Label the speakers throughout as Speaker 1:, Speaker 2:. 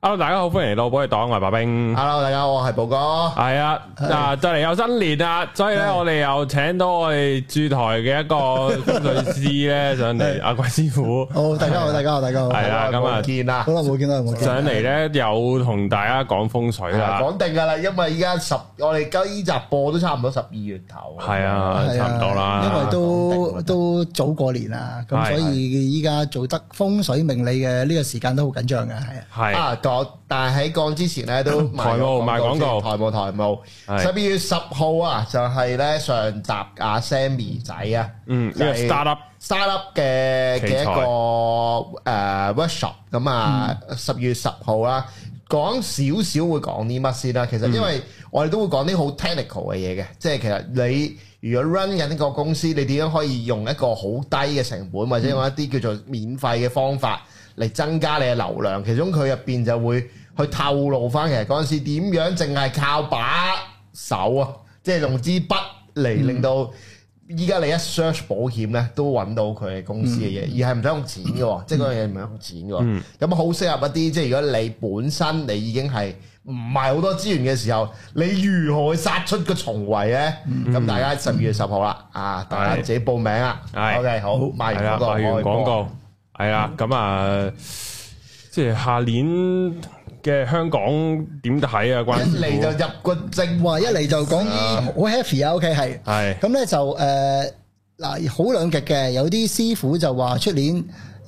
Speaker 1: hello，大家好，歡迎嚟到寶藥黨，我係白冰。
Speaker 2: Hello，大家好，我係寶哥。
Speaker 1: 係啊，嗱，就嚟有新年啦，所以咧，
Speaker 2: 係
Speaker 1: 我哋又請到我哋駐台嘅一個風水師咧上嚟，阿鬼師傅
Speaker 3: 好，大家好，大家好，大家好。
Speaker 1: 係啊咁啊
Speaker 2: 冇見啦
Speaker 3: 好，耐冇見，好耐冇見。
Speaker 1: 上嚟咧，有同大家講風水啦，
Speaker 2: 講定㗎啦，因為依家十，我哋今依集播都差唔多十二月頭。
Speaker 1: 係啊
Speaker 3: 係啊
Speaker 1: 差唔多啦
Speaker 3: 因為
Speaker 2: 講
Speaker 3: 都
Speaker 2: 定
Speaker 3: 都早過年啦，咁
Speaker 1: 啊係
Speaker 3: 所以依家做得風水命理嘅呢個時間都好緊張嘅，係啊。
Speaker 1: 係
Speaker 2: 啊，講，但係喺講之前 咧都
Speaker 1: 台務賣廣告
Speaker 2: 台務台務。
Speaker 1: 係
Speaker 2: 十二月十號啊，就係咧上集阿 Sammy 仔啊，
Speaker 1: 嗯呢個
Speaker 2: 就係
Speaker 1: startup
Speaker 2: startup 嘅
Speaker 1: 奇才
Speaker 2: 嘅一個誒 workshop 咁啊，
Speaker 1: 嗯
Speaker 2: 十二月十號啦，講少少會講啲乜先啦。其實因
Speaker 1: 嗯
Speaker 2: 為我哋都會講啲好 technical 嘅嘢嘅，即係其實你如果 run 緊一個公司，你點樣可以用一個好低嘅成本，
Speaker 1: 嗯
Speaker 2: 或者用一啲叫做免費嘅方法嚟增加你嘅流量？其中佢入邊就會去透露翻，其實嗰陣時點樣淨係靠把手啊，即係用支筆嚟令
Speaker 1: 嗯
Speaker 2: 到。依家你一 search 保險咧，都揾到佢嘅公司嘅
Speaker 1: 嗯
Speaker 2: 嘢，而係唔使用錢嘅喎，即係嗰樣嘢唔使用錢嘅喎。咁好適合一啲，即係如果你本身你已經係唔係好多資源嘅時候，你如何去殺出個重圍咧？
Speaker 1: 嗯
Speaker 2: 咁大家十二月十號啦，啊，大家自己報名啊。
Speaker 1: 係
Speaker 2: OK，好，賣完
Speaker 1: 係啦，
Speaker 2: 廣告，
Speaker 1: 賣完廣
Speaker 2: 我
Speaker 1: 告係啦，咁啊，即係下年嘅香港點睇啊？關
Speaker 2: 去播一嚟
Speaker 1: 師
Speaker 2: 就入個正
Speaker 3: 哇！一嚟就講呢好 happy 啊，OK 係。
Speaker 1: 傅係
Speaker 3: 咁咧就誒嗱，好兩極嘅，有啲師傅就話出年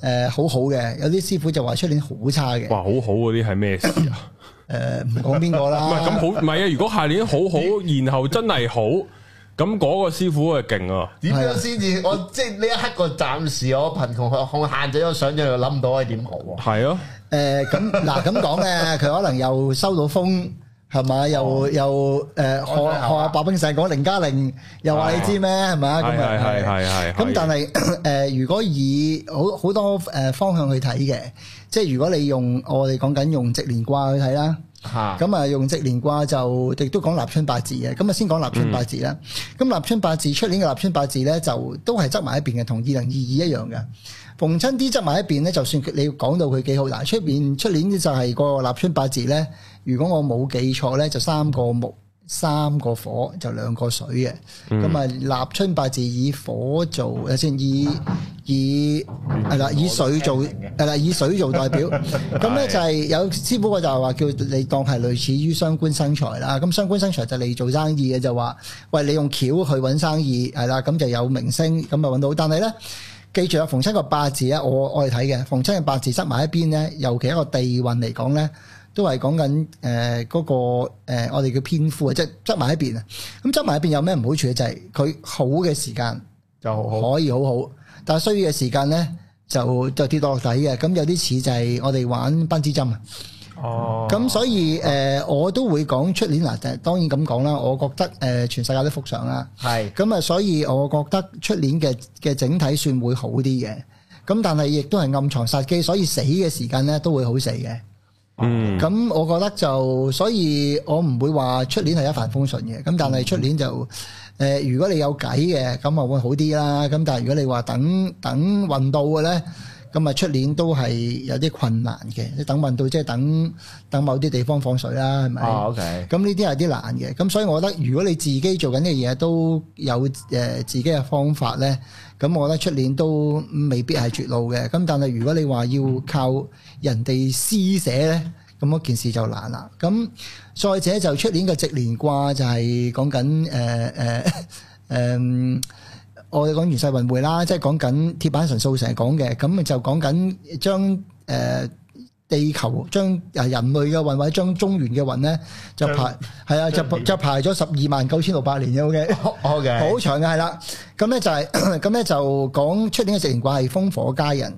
Speaker 3: 誒好好嘅，有啲師傅就話出年好差嘅。
Speaker 1: 哇，好好嗰啲係咩事啊？
Speaker 3: 誒唔講邊個啦。
Speaker 1: 唔係咁好，唔係啊！如果下年好好，然後真係好，咁嗰個師傅啊勁啊！
Speaker 2: 點樣先至？我即係呢一刻個暫時我貧窮控限制咗想像，又諗唔到係點好喎。
Speaker 1: 係啊，
Speaker 3: 誒咁嗱咁講咧，佢可能又收到風係嘛？又又誒學
Speaker 2: 我真係
Speaker 3: 學阿白冰成講零加零，又話你知咩係嘛？
Speaker 1: 係
Speaker 3: 咁
Speaker 1: 係係
Speaker 3: 啊
Speaker 1: 係係。
Speaker 3: 咁但 係誒，如果以好好多誒方向去睇嘅，即係如果你用我哋講緊用直連卦去睇啦。
Speaker 2: 嚇，
Speaker 3: 咁啊，用直連卦就亦都講立春八字嘅。咁啊，先講立春八字啦。咁、立春八字出年嘅立春八字咧，就都係執埋一邊嘅，同二零二二一樣嘅。逢親啲執埋一邊咧，就算佢你講到佢幾好，嗱出邊出年就係個立春八字咧。如果我冇記錯咧，就三個木。三個火就兩個水嘅，咁啊、立春八字以火做，誒先以以係啦，以水嗯做係啦，以水做代 表，咁咧就係有師傅嘅就係話叫你當係類似於相官生財啦，咁相官生財就你做生意嘅就話，喂你用橋去揾生意係啦，咁就有明星咁啊揾到，但係咧。記住啊，逢親個八字咧，我我係睇嘅。逢親嘅八字塞埋一邊咧，尤其一個地運嚟講咧，都係講緊誒嗰個、呃、我哋叫偏夫啊，即係塞埋一邊啊。咁塞埋一邊有咩唔好處咧？就係、佢好嘅時間
Speaker 2: 就好好。
Speaker 3: 可以好好，但係衰嘅時間咧就就跌落底嘅。咁有啲似就係我哋玩班支針啊。
Speaker 2: Ờ.
Speaker 1: 哦
Speaker 3: 咁所以誒、呃我都會講出年嗱，就係當然咁講啦。我覺得誒、呃全世界都復上啦。
Speaker 2: 係
Speaker 3: 咁啊，所以我覺得出年嘅嘅整體算會好啲嘅。咁但係亦都係暗藏殺機，所以死嘅時間咧都會好死嘅。
Speaker 1: 嗯
Speaker 3: 咁、我覺得就，所以我唔會話出年係一帆風順嘅。咁但係出年就，誒、如果你有計嘅，咁啊會好啲啦。咁但係如果你話等等運到嘅咧，咁啊出年都係有啲困難嘅。你等運到即係等等某啲地方放水啦，係咪？
Speaker 2: 啊，OK。
Speaker 3: 咁呢啲係啲難嘅，咁所以我覺得如果你自己做緊嘅嘢都有誒、呃自己嘅方法咧，咁我覺得出年都未必係絕路嘅。咁但係如果你話要靠人哋施捨咧，咁嗰件事就難啦。咁再者就出年嘅直連卦就係講緊呃誒 誒誒，我哋講完世運會啦，即係講緊鐵板神數成日講嘅，咁就講緊將誒。呃地球將誒人類嘅運或者將中原嘅運咧就排係啊就就排咗十二萬九千六百年嘅 OK。
Speaker 2: OK。
Speaker 3: 好長嘅係啦。咁咧就係 咁咧就講出年嘅食年卦係烽火佳人。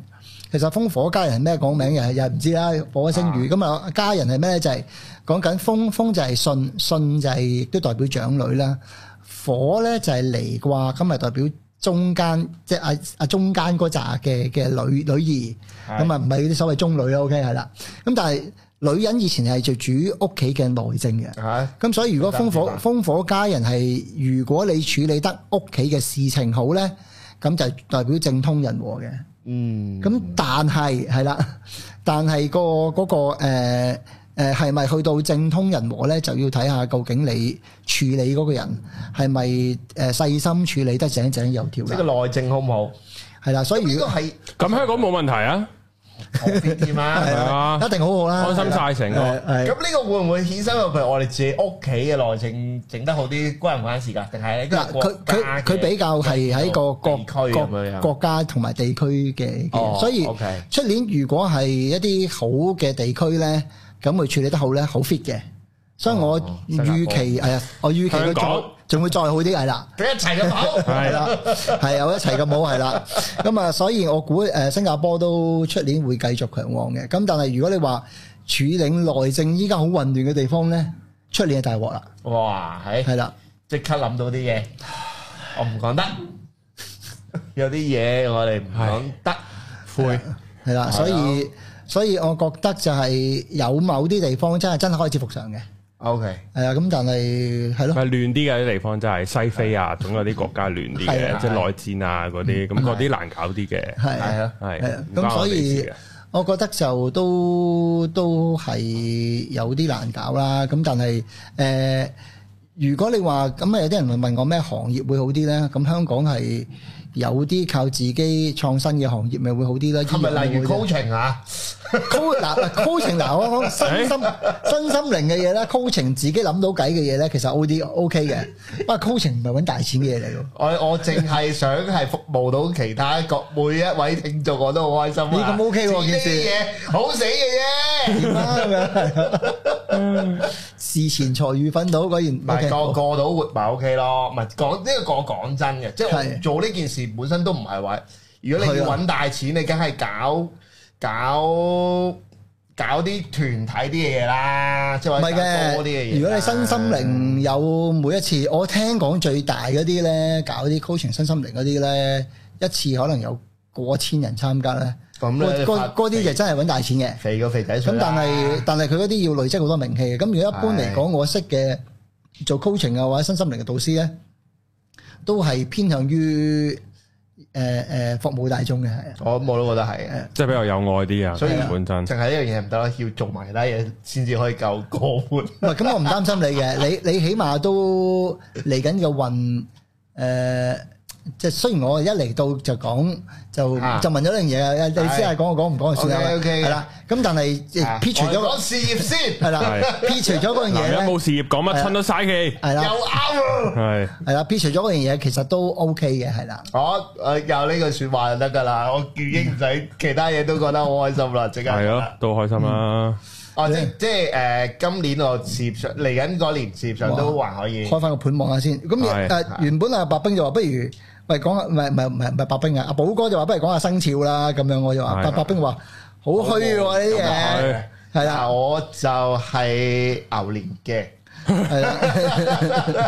Speaker 3: 其實烽火佳人係咩講名又又唔知啦，火星語咁啊佳人係咩咧？就係、講緊烽烽就係信，信就係亦都代表長女啦。火咧就係離卦，咁啊咪代表中間，即係阿阿中間嗰扎嘅嘅女女兒，
Speaker 2: 係
Speaker 3: 咁啊唔係嗰啲所謂中女啦，OK 係啦。咁但係女人以前係做主屋企嘅內政嘅。
Speaker 2: 嚇。
Speaker 3: 咁所以如果烽火
Speaker 2: 明白
Speaker 3: 烽火家人係，如果你處理得屋企嘅事情好咧，咁就代表政通人和嘅。
Speaker 2: 嗯，
Speaker 3: 咁但係係啦， 但係個嗰個誒誒係咪去到政通人和咧，就要睇下究竟你處理嗰個人係咪誒細心處理得井井有條
Speaker 2: 即係
Speaker 3: 啦。
Speaker 2: 個內政好唔好？
Speaker 3: 係啦，所以
Speaker 2: 呢
Speaker 3: 如
Speaker 2: 個
Speaker 3: 果
Speaker 2: 係
Speaker 1: 咁香港冇問題啊，
Speaker 2: 何必添啊？
Speaker 1: 係啊
Speaker 3: 一定好好啦，
Speaker 1: 安心晒成個。
Speaker 3: 係
Speaker 2: 咁
Speaker 3: 啦。
Speaker 2: 呢個會唔會衍生到譬如我哋自己屋企嘅內政整得好啲，關唔關事㗎？定係
Speaker 3: 嗱，佢佢佢比較係喺個國國國家同埋地區嘅嘅
Speaker 2: 哦
Speaker 3: 人，所以
Speaker 2: OK
Speaker 3: 出年如果係一啲好嘅地區咧，咁佢處理得好咧，好 fit 嘅。所以我
Speaker 2: 哦新加坡
Speaker 3: 預期係啊，我預期
Speaker 1: 香
Speaker 3: 佢
Speaker 1: 港
Speaker 3: 再仲會再好啲係啦。
Speaker 2: 佢一齊咁跑，
Speaker 3: 系
Speaker 1: 係
Speaker 3: 啦，係有一齊嘅舞係啦，咁啊，所以我估誒新加坡都出年會繼續強旺嘅。咁但係如果你話處理內政依家好混亂嘅地方咧，出年就大鑊啦，
Speaker 2: 哇！係
Speaker 3: 係啦，
Speaker 2: 即刻諗到啲嘢，我唔講得，有啲嘢我哋唔講得，
Speaker 1: 灰
Speaker 3: 係啦，所
Speaker 2: 係
Speaker 3: 以所以我覺得就係有某啲地方真係真係開始復常嘅，
Speaker 2: O K，
Speaker 3: 係啊，咁但係係咯，
Speaker 1: 咪亂啲嘅啲地方真係西非啊，總有啲國家亂啲
Speaker 3: 係
Speaker 1: 嘅，
Speaker 2: 啊
Speaker 1: 即係內戰啊嗰啲，咁嗰啲難搞啲嘅，
Speaker 3: 係
Speaker 2: 係啊，
Speaker 1: 係
Speaker 3: 係啊
Speaker 1: 唔關
Speaker 3: 咁所
Speaker 1: 我哋
Speaker 3: 以
Speaker 1: 事嘅
Speaker 3: 我覺得就都都係有啲難搞啦。咁但係誒、呃如果你話咁啊，有啲人問我咩行業會好啲咧？咁香港係有啲靠自己創新嘅行業，咪會好啲啦。
Speaker 2: 係咪例如
Speaker 3: 醫藥會好啲
Speaker 2: coaching 啊？
Speaker 3: Co- 嗱嗱 coaching 嗱，我講身心身心靈嘅嘢咧，coaching 自己諗到計嘅嘢咧，其實 O D O K 嘅。不過 coaching 唔係揾大錢嘅嘢嚟喎。
Speaker 2: 我我淨係想係服務到其他各每一位聽眾，我都好開心啊
Speaker 3: 咦咁 OK 喎
Speaker 2: 自己
Speaker 3: 件事
Speaker 2: 嘅嘢好死嘅啫。
Speaker 3: 點啊咁樣事前財與分到果然
Speaker 2: 唔
Speaker 3: OK，
Speaker 2: 係
Speaker 3: 好
Speaker 2: 過過到活咪 OK 咯，唔係講呢個講講真嘅，即係我
Speaker 3: 係
Speaker 2: 做呢件事本身都唔係話，如果你要
Speaker 3: 係啊
Speaker 2: 揾大錢，你梗係搞搞搞啲團體啲嘢啦，即係
Speaker 3: 唔
Speaker 2: 或者
Speaker 3: 係
Speaker 2: 搞多啲嘅嘢
Speaker 3: 嘅，
Speaker 2: 啦。
Speaker 3: 如果你身心靈有每一次，我聽講最大嗰啲咧，搞啲 coaching 身心靈嗰啲咧，一次可能有過千人參加咧，
Speaker 2: 咁咧
Speaker 3: 嗰嗰嗰啲就真係揾大錢嘅。
Speaker 2: 肥個肥仔水
Speaker 3: 咁但
Speaker 2: 啦
Speaker 3: 係但係佢嗰啲要累積好多名氣嘅。咁如果一般嚟講，我識嘅做 coaching 啊或者身心靈嘅導師咧，都係偏向於誒誒服務大眾嘅，係啊
Speaker 2: 我我都覺得係嘅，
Speaker 1: 即係比較有愛啲啊，
Speaker 2: 所以
Speaker 1: 本身
Speaker 2: 淨係呢樣嘢唔得啦，要做埋其他嘢先至可以夠過活。
Speaker 3: 唔係，咁我唔擔心你嘅，你你起碼都嚟緊嘅運誒、呃即係雖然我一嚟到就講就、
Speaker 2: 啊
Speaker 3: 就問咗呢樣嘢，你
Speaker 2: 係
Speaker 3: 私下講我講唔講就算啦，
Speaker 2: OK，OK
Speaker 3: 係啦，咁但係
Speaker 2: 啊
Speaker 3: 呃撇除
Speaker 2: 我哋
Speaker 3: 咗
Speaker 2: 講事業先，
Speaker 3: 係啦
Speaker 1: 係，
Speaker 3: 撇除咗嗰樣嘢
Speaker 1: 男人
Speaker 3: 咧，
Speaker 1: 冇事業講乜親都嘥氣，
Speaker 3: 係
Speaker 2: 又
Speaker 3: 啦
Speaker 2: 啱喎。
Speaker 1: 係
Speaker 3: 係啦，撇除咗嗰樣嘢其實都 OK 嘅，係啦，
Speaker 2: 我誒有呢句説話就得㗎啦，我已經唔使其他嘢都覺得好開心啦，即刻
Speaker 1: 係咯，都開心啊啦。
Speaker 2: 哦，即即係誒，今年我事業上嚟緊嗰年事業上都還可以，
Speaker 3: 開翻個盤望下先。咁
Speaker 1: 嗯係
Speaker 3: 誒、呃原本阿白冰就話不如。喂，講下唔係唔係唔係唔係白冰啊，阿寶哥就話不如講下生肖啦，咁樣我就話，
Speaker 1: 係啊
Speaker 3: 白白冰話好虛喎呢啲嘢，
Speaker 1: 係
Speaker 3: 係 啦
Speaker 2: 嗱，。我就係牛年嘅，
Speaker 3: 系啦，
Speaker 2: 唔係，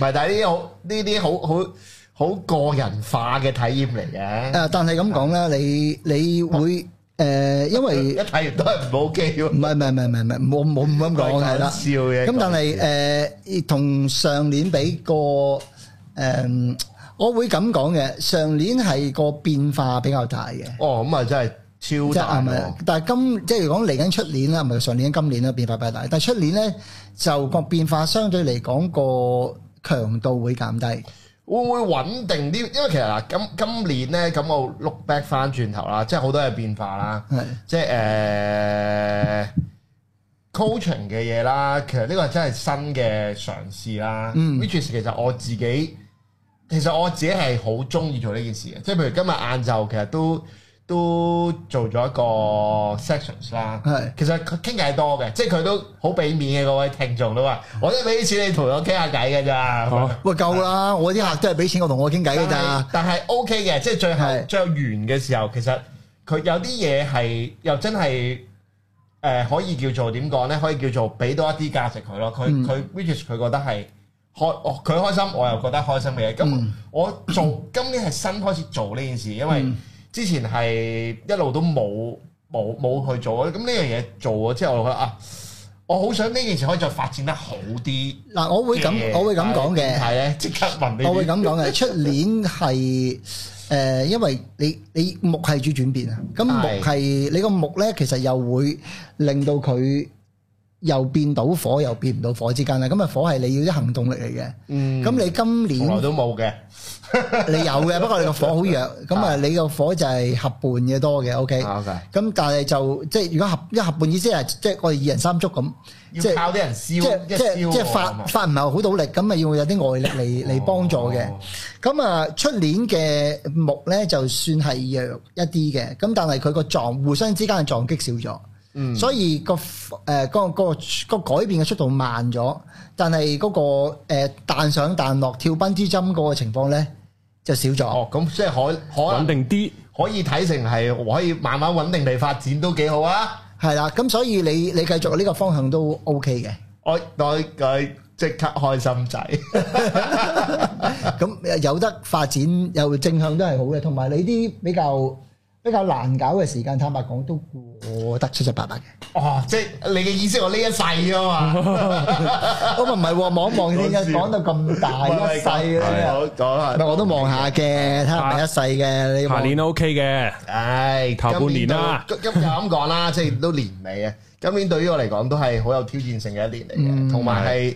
Speaker 2: 但係呢啲好呢啲好好好個人化嘅體驗嚟嘅，
Speaker 3: 诶，但係咁講啦，你你會诶，因為
Speaker 2: 一睇完都係唔好機
Speaker 3: 唔
Speaker 2: 喎，
Speaker 3: 係唔係唔係唔係唔係，冇冇咁講係啦。
Speaker 2: 笑嘅。
Speaker 3: 咁但係诶，同上年比個诶，我會咁講嘅，上年係個變化比較大嘅。
Speaker 2: 哦，咁啊真係
Speaker 3: 即
Speaker 2: 超
Speaker 3: 係啊
Speaker 2: 大
Speaker 3: 唔
Speaker 2: 喎
Speaker 3: 係，，但係今即係講嚟緊出年啦，唔係上年今年啦，變化比較大。但係出年咧就個變化相對嚟講個強度會減低。
Speaker 2: 會唔會穩定啲？因為其實嗱，今今年咧，咁我 look back 翻轉頭啦，即係好多嘢變化啦，
Speaker 3: 係
Speaker 2: 即係誒、呃 coaching 嘅嘢啦，其實呢個真係新嘅嘗試啦。
Speaker 3: 嗯
Speaker 2: which is 其實我自己，其實我自己係好中意做呢件事嘅，即係譬如今日晏晝其實都都做咗一個 sections 啦。
Speaker 3: 係
Speaker 2: 其實佢傾偈多嘅，即係佢都好俾面嘅嗰位聽眾都話，
Speaker 3: 嗯
Speaker 2: 我都俾啲錢你同我傾下偈嘅咋。
Speaker 1: 好
Speaker 3: 喂，夠啦！我啲客都係俾錢我同我傾偈㗎咋。
Speaker 2: 但係 OK 嘅，即係最後
Speaker 3: 哎係
Speaker 2: 最後完嘅時候，其實佢有啲嘢係又真係誒、呃可以叫做點講咧？可以叫做俾多一啲價值佢咯。佢
Speaker 3: 嗯
Speaker 2: 佢 which is 佢覺得係開哦佢開心，我又覺得開心嘅嘢。咁、
Speaker 3: 嗯
Speaker 2: 我做今年係新開始做呢件事，因
Speaker 3: 嗯
Speaker 2: 為之前係一路都冇冇冇去做。咁呢樣嘢做咗之後，我覺得啊，我好想呢件事可以再發展得好啲。
Speaker 3: 嗱，我會咁，我會咁講 嘅，
Speaker 2: 係咧，即刻問你。
Speaker 3: 我會咁講嘅。出年係誒、因為你你木係主轉變啊，咁木
Speaker 2: 係
Speaker 3: 係你個木咧，其實又會令到佢又變到火，又變唔到火之間啦。咁啊，火係你要啲行動力嚟嘅。咁、
Speaker 2: 嗯
Speaker 3: 你今年
Speaker 2: 從來都冇嘅，
Speaker 3: 你有 嘅，不過你個火好弱。咁啊，你個火就係合伴嘅多嘅。OK。
Speaker 2: 啊，OK
Speaker 3: 咁但係就即係如果合一合伴意思係即係我哋二人三足咁，即
Speaker 2: 要
Speaker 3: 係。
Speaker 2: 靠啲人燒，
Speaker 3: 即係
Speaker 2: 一
Speaker 3: 即係
Speaker 2: 燒
Speaker 3: 即
Speaker 2: 喎
Speaker 3: 係
Speaker 2: 咁
Speaker 3: 發
Speaker 2: 啊
Speaker 3: 發唔係好到力，咁咪要有啲外力嚟嚟幫助嘅
Speaker 2: 哦。
Speaker 3: 咁啊，出年嘅木咧就算係弱一啲嘅，咁但係佢個撞互相之間嘅撞擊少咗。所以個誒嗰個嗰個改變嘅速度慢咗，但係嗰個誒彈上彈落跳奔之針嗰個情況咧就少咗。
Speaker 2: 哦，咁即係可可
Speaker 1: 穩
Speaker 2: 能
Speaker 1: 定啲，
Speaker 2: 可以睇成係可以慢慢穩定地發展都幾好啊！
Speaker 3: 係啦，咁所以你你繼續呢個方向都 OK 嘅。
Speaker 2: 我我佢即刻開心仔，
Speaker 3: 咁呃有得發展又正向都係好嘅，同埋你啲比較比較難搞嘅時間，坦白講都過得七七八八嘅。
Speaker 2: 哦，即係你嘅意思，我呢一世 啊嘛，
Speaker 3: 咁啊唔係喎，望一望你
Speaker 2: 講笑
Speaker 3: 講到咁大 一世嘅真係
Speaker 2: 我講
Speaker 3: 唔係
Speaker 2: 下，
Speaker 3: 我都望下嘅，睇下係咪一世嘅。你
Speaker 1: 下
Speaker 3: 望
Speaker 1: 年都 OK 嘅，
Speaker 2: 唉，
Speaker 1: 頭半年啦
Speaker 2: 今年就今日咁講啦，即係都年尾啊，今年對於我嚟講都係好有挑戰性嘅一年嚟
Speaker 1: 嗯
Speaker 2: 嘅，同埋係。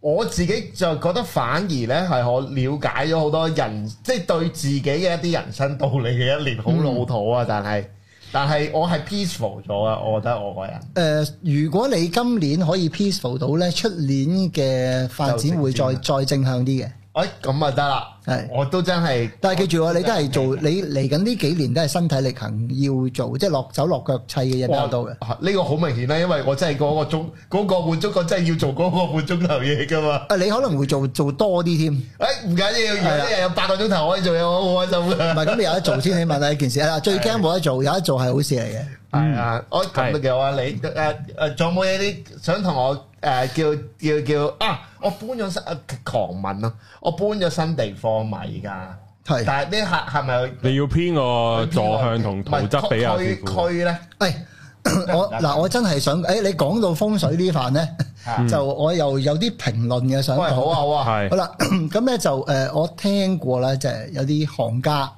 Speaker 2: 我自己就覺得反而呢係我了解咗好多人，即係對自己嘅一啲人生道理嘅一年，好老土
Speaker 1: 嗯
Speaker 2: 啊！但係但係我係 peaceful 咗啊，我覺得我個人。
Speaker 3: 誒、如果你今年可以 peaceful 到咧，出年嘅發展會再再正向啲嘅。
Speaker 2: 哎，咁啊得啦，
Speaker 3: 係
Speaker 2: 我都真係
Speaker 3: 但係記住喎，你都係做你嚟緊呢幾年都係身體力行要做，即係落手落腳砌嘅嘢比較多嘅。
Speaker 2: 哇呢個好明顯啦，因為我真係嗰個鐘嗰個半鐘，我真係要做嗰個半鐘頭嘢噶嘛。
Speaker 3: 啊，你可能會做做多啲添。
Speaker 2: 哎，唔緊要，如果
Speaker 3: 係啊
Speaker 2: 一日有八個鐘頭可以做嘢，我好開心
Speaker 3: 唔
Speaker 2: 噶。
Speaker 3: 係咁，你有得做先，起碼第一件事啊！最驚冇得做，有得做係好事嚟嘅。
Speaker 2: 係啊，我咁都幾好啊。你誒誒，仲有冇嘢啲想同我誒叫叫叫啊？我搬咗新啊狂問咯，我搬咗新地方嘛而家，
Speaker 3: 係
Speaker 2: 但係呢客係咪？
Speaker 1: 你要編個坐向同圖則俾阿
Speaker 2: 唔係
Speaker 1: 師
Speaker 2: 區
Speaker 1: 傅，
Speaker 2: 區咧，
Speaker 3: 誒，哎 我嗱，我真係想誒，你講到風水呢範咧， 就我又有啲評論嘅想
Speaker 2: 喂好啊
Speaker 3: 講。
Speaker 2: 好啊，
Speaker 1: 係
Speaker 3: 好啦， 咁咧就誒，我聽過啦，就係有啲行家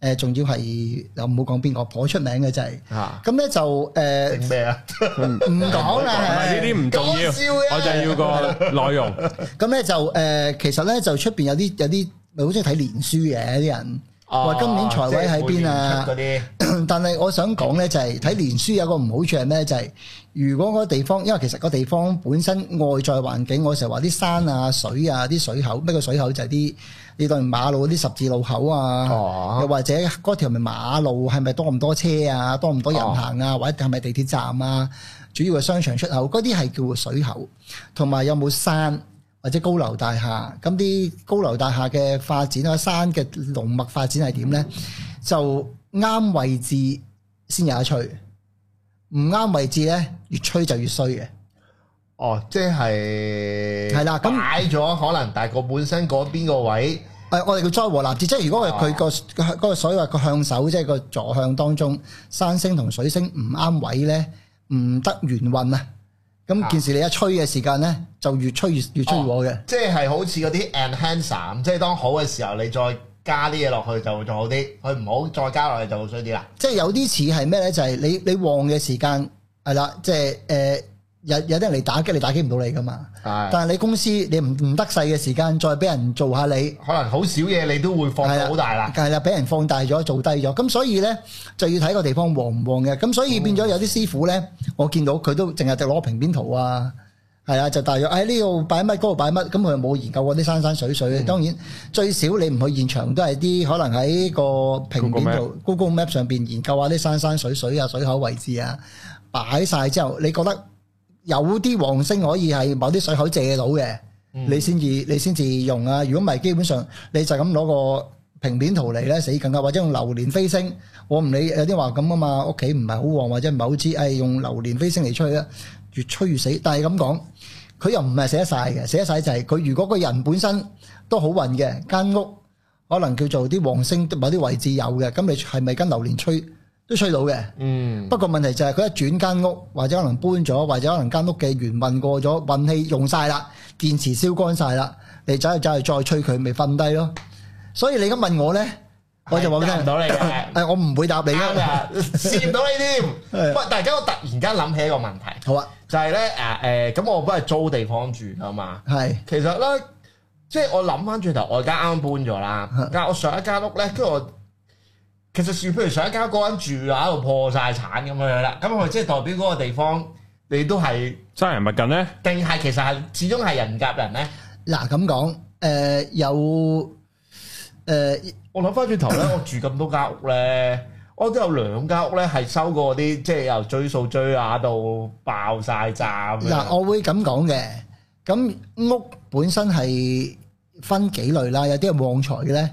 Speaker 3: 誒，仲要係又唔好講邊個，頗出名嘅就係
Speaker 2: 嚇
Speaker 3: 咁咧就誒
Speaker 2: 整咩啊？
Speaker 3: 唔講啦，
Speaker 1: 唔係呢
Speaker 3: 係
Speaker 1: 啲唔重要
Speaker 2: 講笑嘅，
Speaker 1: 我就要個內容。
Speaker 3: 咁咧就誒、呃其實咧就出邊有啲有啲，咪好中意睇年書嘅啲人，話、今年財
Speaker 2: Ờ,
Speaker 3: 位喺邊啊
Speaker 2: 啊即係每？年出嗰啲。
Speaker 3: 但係我想講咧，就係睇年書有個唔好處係咩？就係、如果個地方，因為其實個地方本身外在環境，我成日話啲山啊、水啊、啲水口，咩叫水口就係啲你當然馬路嗰啲十字路口啊，
Speaker 2: 哦
Speaker 3: 又或者嗰條咪馬路係咪多唔多車啊，多唔多人行啊，或者係咪地鐵站啊，主要嘅商場出口嗰啲係叫做水口，同埋有冇山。或者高樓大廈，咁啲高樓大廈嘅發展啊，山嘅龍脈發展係點呢？就啱位置先有得吹，唔啱位置呢，越吹就越衰嘅。
Speaker 2: 哦，即係
Speaker 3: 係啦咁
Speaker 2: 擺咗可能，但係個本身嗰邊個位
Speaker 3: 誒、我哋叫災禍立志，即係如果佢個嗰個所謂個向手，即係個坐向當中，山星同水星唔啱位呢，唔得元運啊！咁件事你一吹嘅時間呢，就越吹越越吹越火嘅。
Speaker 2: 即係好似嗰啲 enhancer，即係當好嘅時候，你再加啲嘢落去就會仲好啲，佢唔好再加落去就會衰啲啦。
Speaker 3: 即係有啲似係咩咧？就係、你你旺嘅時間係啦，即係誒、呃有有啲人嚟打擊你，打擊唔到你噶嘛。
Speaker 2: 係
Speaker 3: 但係你公司你唔唔得勢嘅時間，再俾人做下你，
Speaker 2: 可能好少嘢你都會放
Speaker 3: 係
Speaker 2: 到好大啦。
Speaker 3: 係啊啦，俾人放大咗，做低咗。咁所以咧就要睇個地方旺唔旺嘅。咁所以變咗有啲師傅咧，我見到佢都淨係就攞平面圖啊。係啊，就大約喺呢度擺乜，嗰度擺乜，咁佢又冇研究過啲山山水水。當然最少你唔去現場都係啲可能喺個平面
Speaker 1: Google
Speaker 3: 度 Google Map 上邊研究下啲山山水水啊、水口位置啊，擺晒之後，你覺得有啲黃星可以係某啲水口借到嘅，你先至你先至用啊。如果唔係，基本上你就咁攞個平面圖嚟咧死梗噶，或者用榴蓮飛星。我唔理有啲話咁啊嘛，屋企唔係好旺或者唔係好知，誒、用榴蓮飛星嚟吹啦，越吹越死。但係咁講。佢又唔係寫得晒嘅，寫得晒就係佢如果個人本身都好運嘅，間屋可能叫做啲旺星某啲位置有嘅，咁你係咪跟流年吹都吹到嘅？
Speaker 2: 嗯，
Speaker 3: 不過問題就係佢一轉間屋，或者可能搬咗，或者可能間屋嘅元運過咗，運氣用晒啦，電池燒乾晒啦，你走去走去再吹佢，咪瞓低咯。所以你而家問我呢，我就話俾你
Speaker 2: 答唔
Speaker 3: 聽，
Speaker 2: 到你嘅，
Speaker 3: 誒我唔會答你
Speaker 2: 啱
Speaker 3: 嘅。
Speaker 2: 啊，試唔到你添。
Speaker 3: 係
Speaker 2: 喂，大家我突然間諗起一個問題，
Speaker 3: 好啊，
Speaker 2: 就係咧誒誒，咁我本係租地方住啊嘛。
Speaker 3: 係
Speaker 2: 其實咧，即係我諗翻轉頭，我而家啱啱搬咗啦
Speaker 3: 係，
Speaker 2: 但係我上一間屋咧，跟住我其實譬如上一間屋嗰間住啊，喺度破晒產咁樣樣啦，咁係咪即係代表嗰個地方你都係，
Speaker 1: 生人勿近咧，
Speaker 2: 定係其實係始終係人夾人咧？
Speaker 3: 嗱咁講，誒有誒
Speaker 2: 我諗翻轉 頭咧，我住咁多間屋咧，我都有兩間屋咧係收過啲即係由追數追下到爆晒炸咁樣
Speaker 3: 嗱，我會咁講嘅。咁屋本身係分幾類啦，有啲係旺財嘅咧，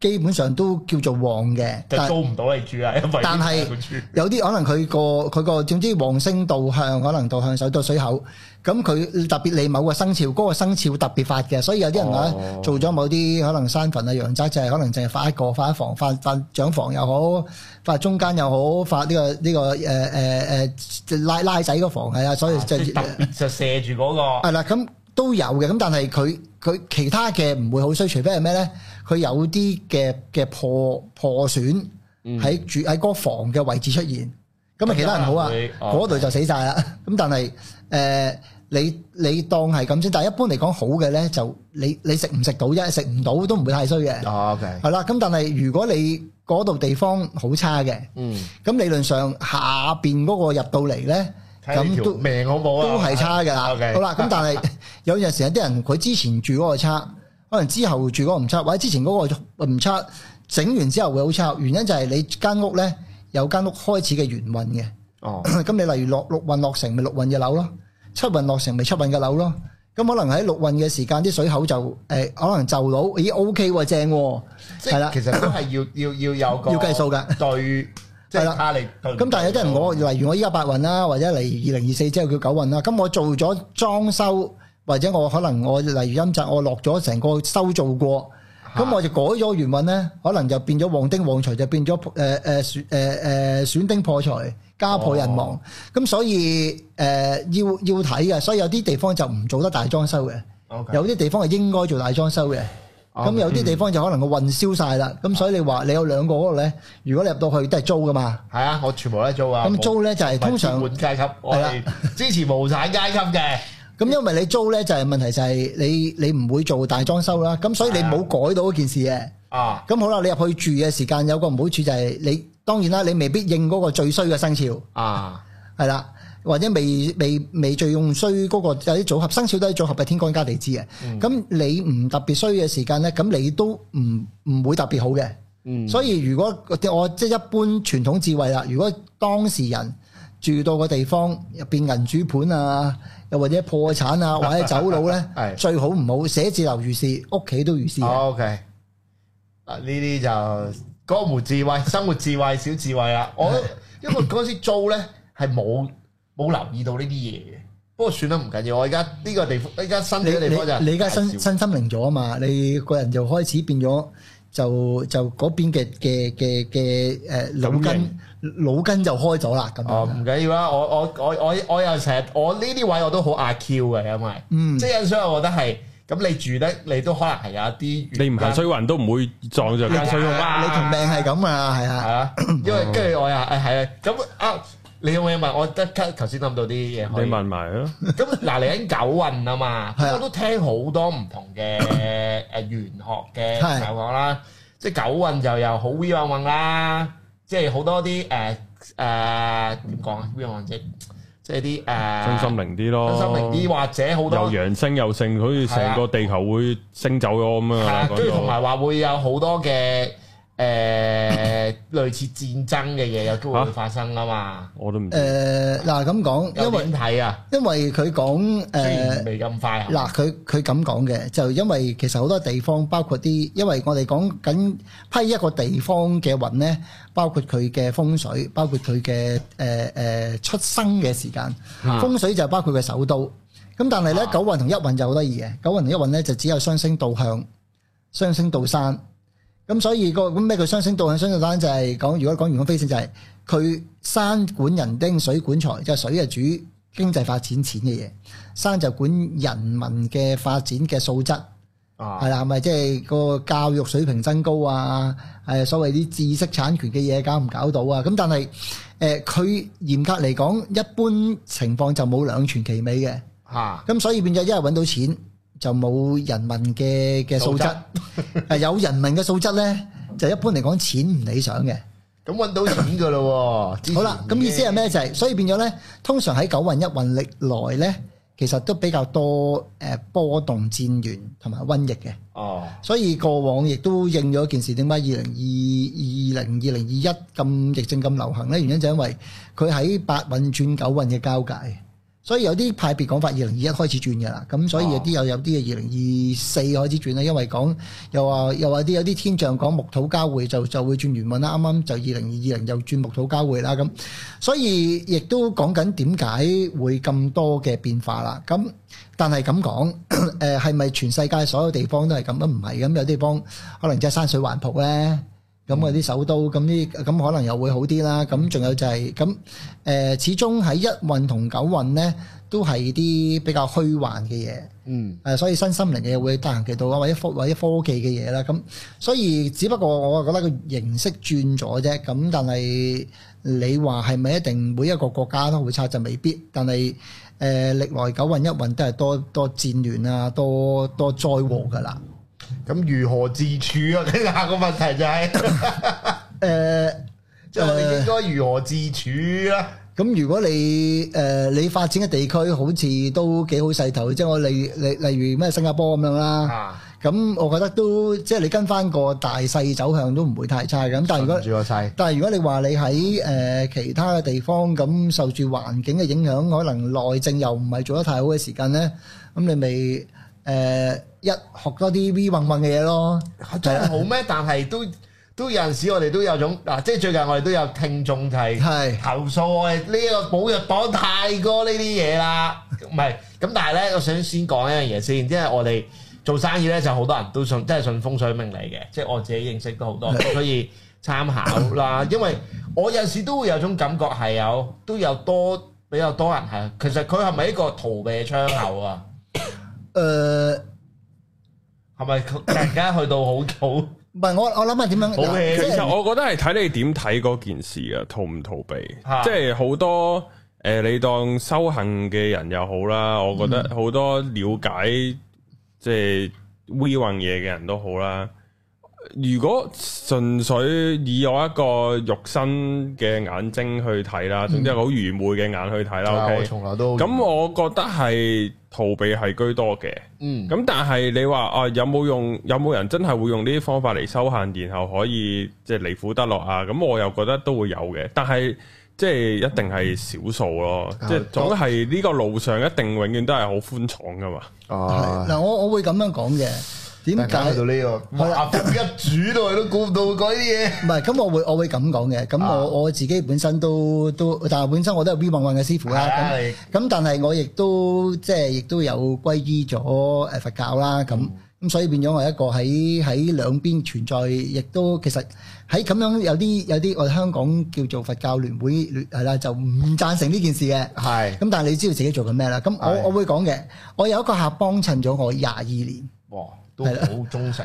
Speaker 3: 基本上都叫做旺嘅，
Speaker 2: 就
Speaker 3: 但
Speaker 2: 租唔到你住啊，因為
Speaker 3: 但係
Speaker 2: 住
Speaker 3: 有啲可能佢個佢個總之旺星導向，可能導向手到水口。咁佢特別利某個生肖，嗰、個生肖特別發嘅，所以有啲人話
Speaker 2: 哦
Speaker 3: 做咗某啲可能山墳啊、陽宅，就係可能淨係發一個發一房，發發長房又好，發中間又好，發呢、個呢、個誒誒誒拉拉仔個房係啊，所以就
Speaker 2: 即係特別就射住嗰個
Speaker 3: 係啦，咁都有嘅，咁但係佢佢其他嘅唔會好衰，除非係咩咧？佢有啲嘅嘅破破損
Speaker 2: 嗯
Speaker 3: 喺住喺嗰個房嘅位置出現，咁啊其他人好啊
Speaker 2: 會，哦
Speaker 3: 嗰度就死晒啦。咁但係誒、呃你你當係咁先，但係一般嚟講好嘅咧，就你你食唔食到啫，食唔到都唔會太衰嘅。
Speaker 2: 哦，OK，
Speaker 3: 係啦，咁但係如果你嗰度地方好差嘅，
Speaker 2: 嗯。
Speaker 3: 咁理論上下邊嗰個入到嚟咧，咁都。
Speaker 2: 命好冇啊，
Speaker 3: 都係差㗎啦。
Speaker 2: OK
Speaker 3: 好啦，咁但係 有陣時有啲人佢之前住嗰個差，可能之後住嗰個唔差，或者之前嗰個唔差，整完之後會好差。原因就係你間屋咧有間屋開始嘅元運嘅。
Speaker 2: 哦，
Speaker 3: 咁你例如落六運落成咪六運嘅樓咯，七運落成咪七運嘅樓咯。咁可能喺六運嘅時間啲水口就誒、可能就到，咦 OK 喎正喎，
Speaker 2: 即
Speaker 3: 係啦
Speaker 2: 係其實都係要要要有個
Speaker 3: 要計數㗎
Speaker 2: 對，即
Speaker 3: 係
Speaker 2: 係
Speaker 3: 啦
Speaker 2: 睇下你對唔對
Speaker 3: 咁但係有啲人我例如我依家八運啦，或者嚟二零二四之後叫九運啦，咁我做咗裝修，或者我可能我例如陰宅，我落咗成個修造過，咁我就改咗原運咧，可能就變咗旺丁旺財，就變咗誒誒損誒誒損丁破財，家破人亡。咁、所以誒、呃要要睇嘅，所以有啲地方就唔做得大裝修嘅，
Speaker 2: OK
Speaker 3: 有啲地方係應該做大裝修嘅。咁有啲地方就可能個運燒晒啦，咁所以你話你有兩個嗰度咧，如果你入到去都係租噶嘛。
Speaker 2: 係啊，我全部都係租啊，
Speaker 3: 咁租咧就係
Speaker 2: 冇
Speaker 3: 通
Speaker 2: 唔
Speaker 3: 常
Speaker 2: 係資本階級，我係 支持無產階級嘅，
Speaker 3: 咁，因為你租咧就係問題就係你你唔會做大裝修啦，咁所以你冇改到嗰件事嘅。
Speaker 2: 啊，
Speaker 3: 咁好啦，你入去住嘅時間有個唔好處就係你當然啦，你未必應嗰個最衰嘅生肖
Speaker 2: 啊，
Speaker 3: 係啦，或者未未未最用衰嗰個有啲組合生肖都係組合嘅天干加地支嘅。
Speaker 2: 嗯
Speaker 3: 咁你唔特別衰嘅時間咧，咁你都唔唔會特別好嘅。
Speaker 2: 嗯，
Speaker 3: 所以如果我我即係一般傳統智慧啦，如果當事人住到個地方入邊銀主盤啊，又或者破 產啊，或者走佬咧
Speaker 2: 係，
Speaker 3: 最好唔好寫字樓如是，屋企都如是嘅。
Speaker 2: OK，啊呢啲就江湖智慧、 生活智慧、小智慧啦。 我因為嗰陣時租咧係冇冇留意到呢啲嘢嘅，不過算啦，唔緊要。我而家呢個地方，依家新
Speaker 3: 你
Speaker 2: 嘅地方就係
Speaker 3: 你你而家
Speaker 2: 大小
Speaker 3: 身身心靈咗啊嘛，你個人就開始變咗就就嗰邊嘅嘅嘅嘅誒腦
Speaker 1: 感
Speaker 3: 筋腦筋就開咗啦咁
Speaker 2: 哦，
Speaker 1: 嗯
Speaker 3: 樣。
Speaker 2: 唔緊要啦，我我我我我又成日我呢啲位我都好阿 Q 嘅，因為、
Speaker 3: 嗯
Speaker 2: 即係有時候我覺得係咁，你住得你都可能係有一啲
Speaker 1: 你唔行衰運都唔會撞着間衰屋
Speaker 3: 你同
Speaker 1: 啦。
Speaker 3: 命係咁啊，係
Speaker 2: 係
Speaker 3: 啊，
Speaker 2: 啊，
Speaker 1: 嗯
Speaker 2: 因為跟住我又誒係啊，咁啊你有冇嘢問？我即刻頭先諗到啲嘢
Speaker 1: 你
Speaker 2: 可以
Speaker 1: 問埋佢咯，
Speaker 2: 咁嗱，你喺九運啊嘛，
Speaker 3: 係啊
Speaker 2: 我都聽好多唔同嘅 誒玄學嘅朋友講啦，即係九運就又好 V 運運啦，即係好多啲誒誒點講啊 V 運運即係即係啲誒
Speaker 1: 真心靈啲咯，
Speaker 2: 身心靈啲，或者好多
Speaker 1: 又揚升又盛，好似成個地球會升走咗咁樣
Speaker 2: 係啦
Speaker 1: 啦。，
Speaker 2: 跟住
Speaker 1: 啊講到
Speaker 2: 同埋話會有好多嘅誒類似戰爭嘅嘢有機會會發生啊嘛，
Speaker 1: 我都唔知。
Speaker 3: 誒嗱咁講，
Speaker 2: 有
Speaker 3: 因為
Speaker 2: 點睇啊，
Speaker 3: 因為佢講
Speaker 2: 雖
Speaker 3: 誒
Speaker 2: 然。未咁快啊，
Speaker 3: 嗱，佢佢咁講嘅，就因為其實好多地方，包括啲，因為我哋講緊批一個地方嘅運呢，包括佢嘅風水，包括佢嘅誒誒出生嘅時間，
Speaker 2: 啊
Speaker 3: 風水就包括佢首都。咁但係呢，
Speaker 2: 啊
Speaker 3: 九運同一運就好得意嘅，九運同一運呢，就只有雙星導向、雙星導山。咁所以、個咁咩叫雙星導向？雙星導山就係講，如果講員工飛線就係、佢山管人丁，水管財，即係水係主經濟發展錢嘅嘢，山就管人民嘅發展嘅素質，
Speaker 2: 啊
Speaker 3: 係啦，係咪即係個教育水平增高啊？誒所謂啲知識產權嘅嘢搞唔搞到啊？咁但係誒佢嚴格嚟講，一般情況就冇兩全其美嘅，
Speaker 2: 嚇
Speaker 3: 咁所以變咗一係揾到錢就冇人民嘅嘅素質， 誒有人民嘅素質咧就一般嚟講錢唔理想嘅。
Speaker 2: 咁揾到錢噶咯喎。
Speaker 3: 好啦，咁意思係？咩就係、所以變咗咧，通常喺九運一運歷來咧，其實都比較多誒、呃波動戰亂同埋瘟疫嘅。
Speaker 2: 哦，
Speaker 3: 所以過往亦都應咗一件事，點解二零二二零二零二一咁疫症咁流行呢？原因就因為佢喺八運轉九運嘅交界，所以有啲派別講法二零二一開始轉嘅啦。咁所以有啲又有啲嘅二零二四開始轉啦，因為講又話又話啲有啲天象講木土交匯就就會轉元運啦。啱啱就二零二二零又轉木土交匯啦咁，所以亦都講緊點解會咁多嘅變化啦。咁但係咁講， 誒係咪全世界所有地方都係咁？咁唔係咁，有啲地方可能即係山水環抱咧，咁嗰啲首都咁啲，咁可能又會好啲啦。咁仲有就係咁誒，始終喺一運同九運咧，都係啲比較虛幻嘅嘢。
Speaker 2: 嗯，
Speaker 3: 誒，呃所以新心靈嘅嘢會得閒其到啊，或者科或者科技嘅嘢啦，咁所以只不過我覺得個形式轉咗啫，咁但係你話係咪一定每一個國家都會差就未必，但係誒、呃、歷來九運一運都係多多戰亂啊，多多災禍㗎啦。
Speaker 2: 咁如何自處啊？ 跟住下個問題就 係，
Speaker 3: 誒、
Speaker 2: 即係我哋應該如何自處啊？
Speaker 3: 咁如果你誒、呃你發展嘅地區好似都幾好勢頭，即係我例例例如咩新加坡咁樣啦。
Speaker 2: 啊，
Speaker 3: 咁我覺得都即係你跟翻個大勢走向都唔會太差嘅。咁但係如果
Speaker 2: 順住個勢，
Speaker 3: 但係如果你話你喺誒、呃其他嘅地方咁受住環境嘅影響，可能內政又唔係做得太好嘅時間咧，咁你咪誒、呃一學多啲 V 混混嘅嘢咯。
Speaker 2: 真係好咩？但係都都有陣時，我哋都有種嗱，即係最近我哋都有聽眾係。
Speaker 3: 係
Speaker 2: 投訴我哋呢個保育黨太過呢啲嘢啦，唔係咁，但係咧，我想先講一樣嘢先，即係我哋做生意咧，就好多人都信，真係信風水命理嘅，即係我自己認識都好多，所以參 考啦。因為我有時都會有種感覺係有，都有多比較多人係，其實佢係咪一個逃避窗口啊？
Speaker 3: 誒，
Speaker 2: 係咪佢突然間去到好好？
Speaker 3: 唔係我我諗下點樣？
Speaker 2: 好嘅
Speaker 3: 嗱
Speaker 1: 其
Speaker 3: 即係
Speaker 1: 實我覺得係睇你點睇嗰件事啊，逃唔逃避，
Speaker 2: 嚇
Speaker 1: 即係好多诶、呃你當修行嘅人又好啦，我覺得好多了解即係 we 運嘢嘅人都好啦。如果純粹以我一個肉身嘅眼睛去睇啦，總之係好愚昧嘅眼去睇啦，OK。
Speaker 2: 啊從來都
Speaker 1: 咁我覺得係逃避係居多嘅。
Speaker 2: 嗯
Speaker 1: 咁但係你話啊，有冇用？有冇人真係會用呢啲方法嚟修行，然後可以即係離苦得樂啊？咁我又覺得都會有嘅，但係即係一定係少數咯。
Speaker 2: 啊
Speaker 1: 即係總係呢個路上一定永遠都係好寬敞噶嘛。
Speaker 3: 係，嗱，我我會咁樣講嘅。點
Speaker 2: 突然間
Speaker 3: 解
Speaker 2: 去？到呢個
Speaker 3: 係
Speaker 2: 哇
Speaker 3: 啦
Speaker 2: 一煮到佢都估唔到嗰啲嘢。
Speaker 3: 唔係，咁我會我會咁講嘅。咁
Speaker 2: 啊
Speaker 3: 我我自己本身都都，但係本身我都係 V 運運嘅師傅啦。咁
Speaker 2: 係
Speaker 3: 咁但係我亦都即係亦都有歸依咗誒佛教啦，咁咁、所以變咗我一個喺喺兩邊存在，亦都其實喺咁樣有啲有啲我哋香港叫做佛教聯會聯係啦，就唔贊成呢件事嘅。
Speaker 2: 係
Speaker 3: 咁但係你知道自己做緊咩啦？咁
Speaker 2: 係
Speaker 3: 我我會講嘅，我有一個客幫襯咗我廿二年。
Speaker 2: 哇，都
Speaker 3: 係啦
Speaker 2: 好忠誠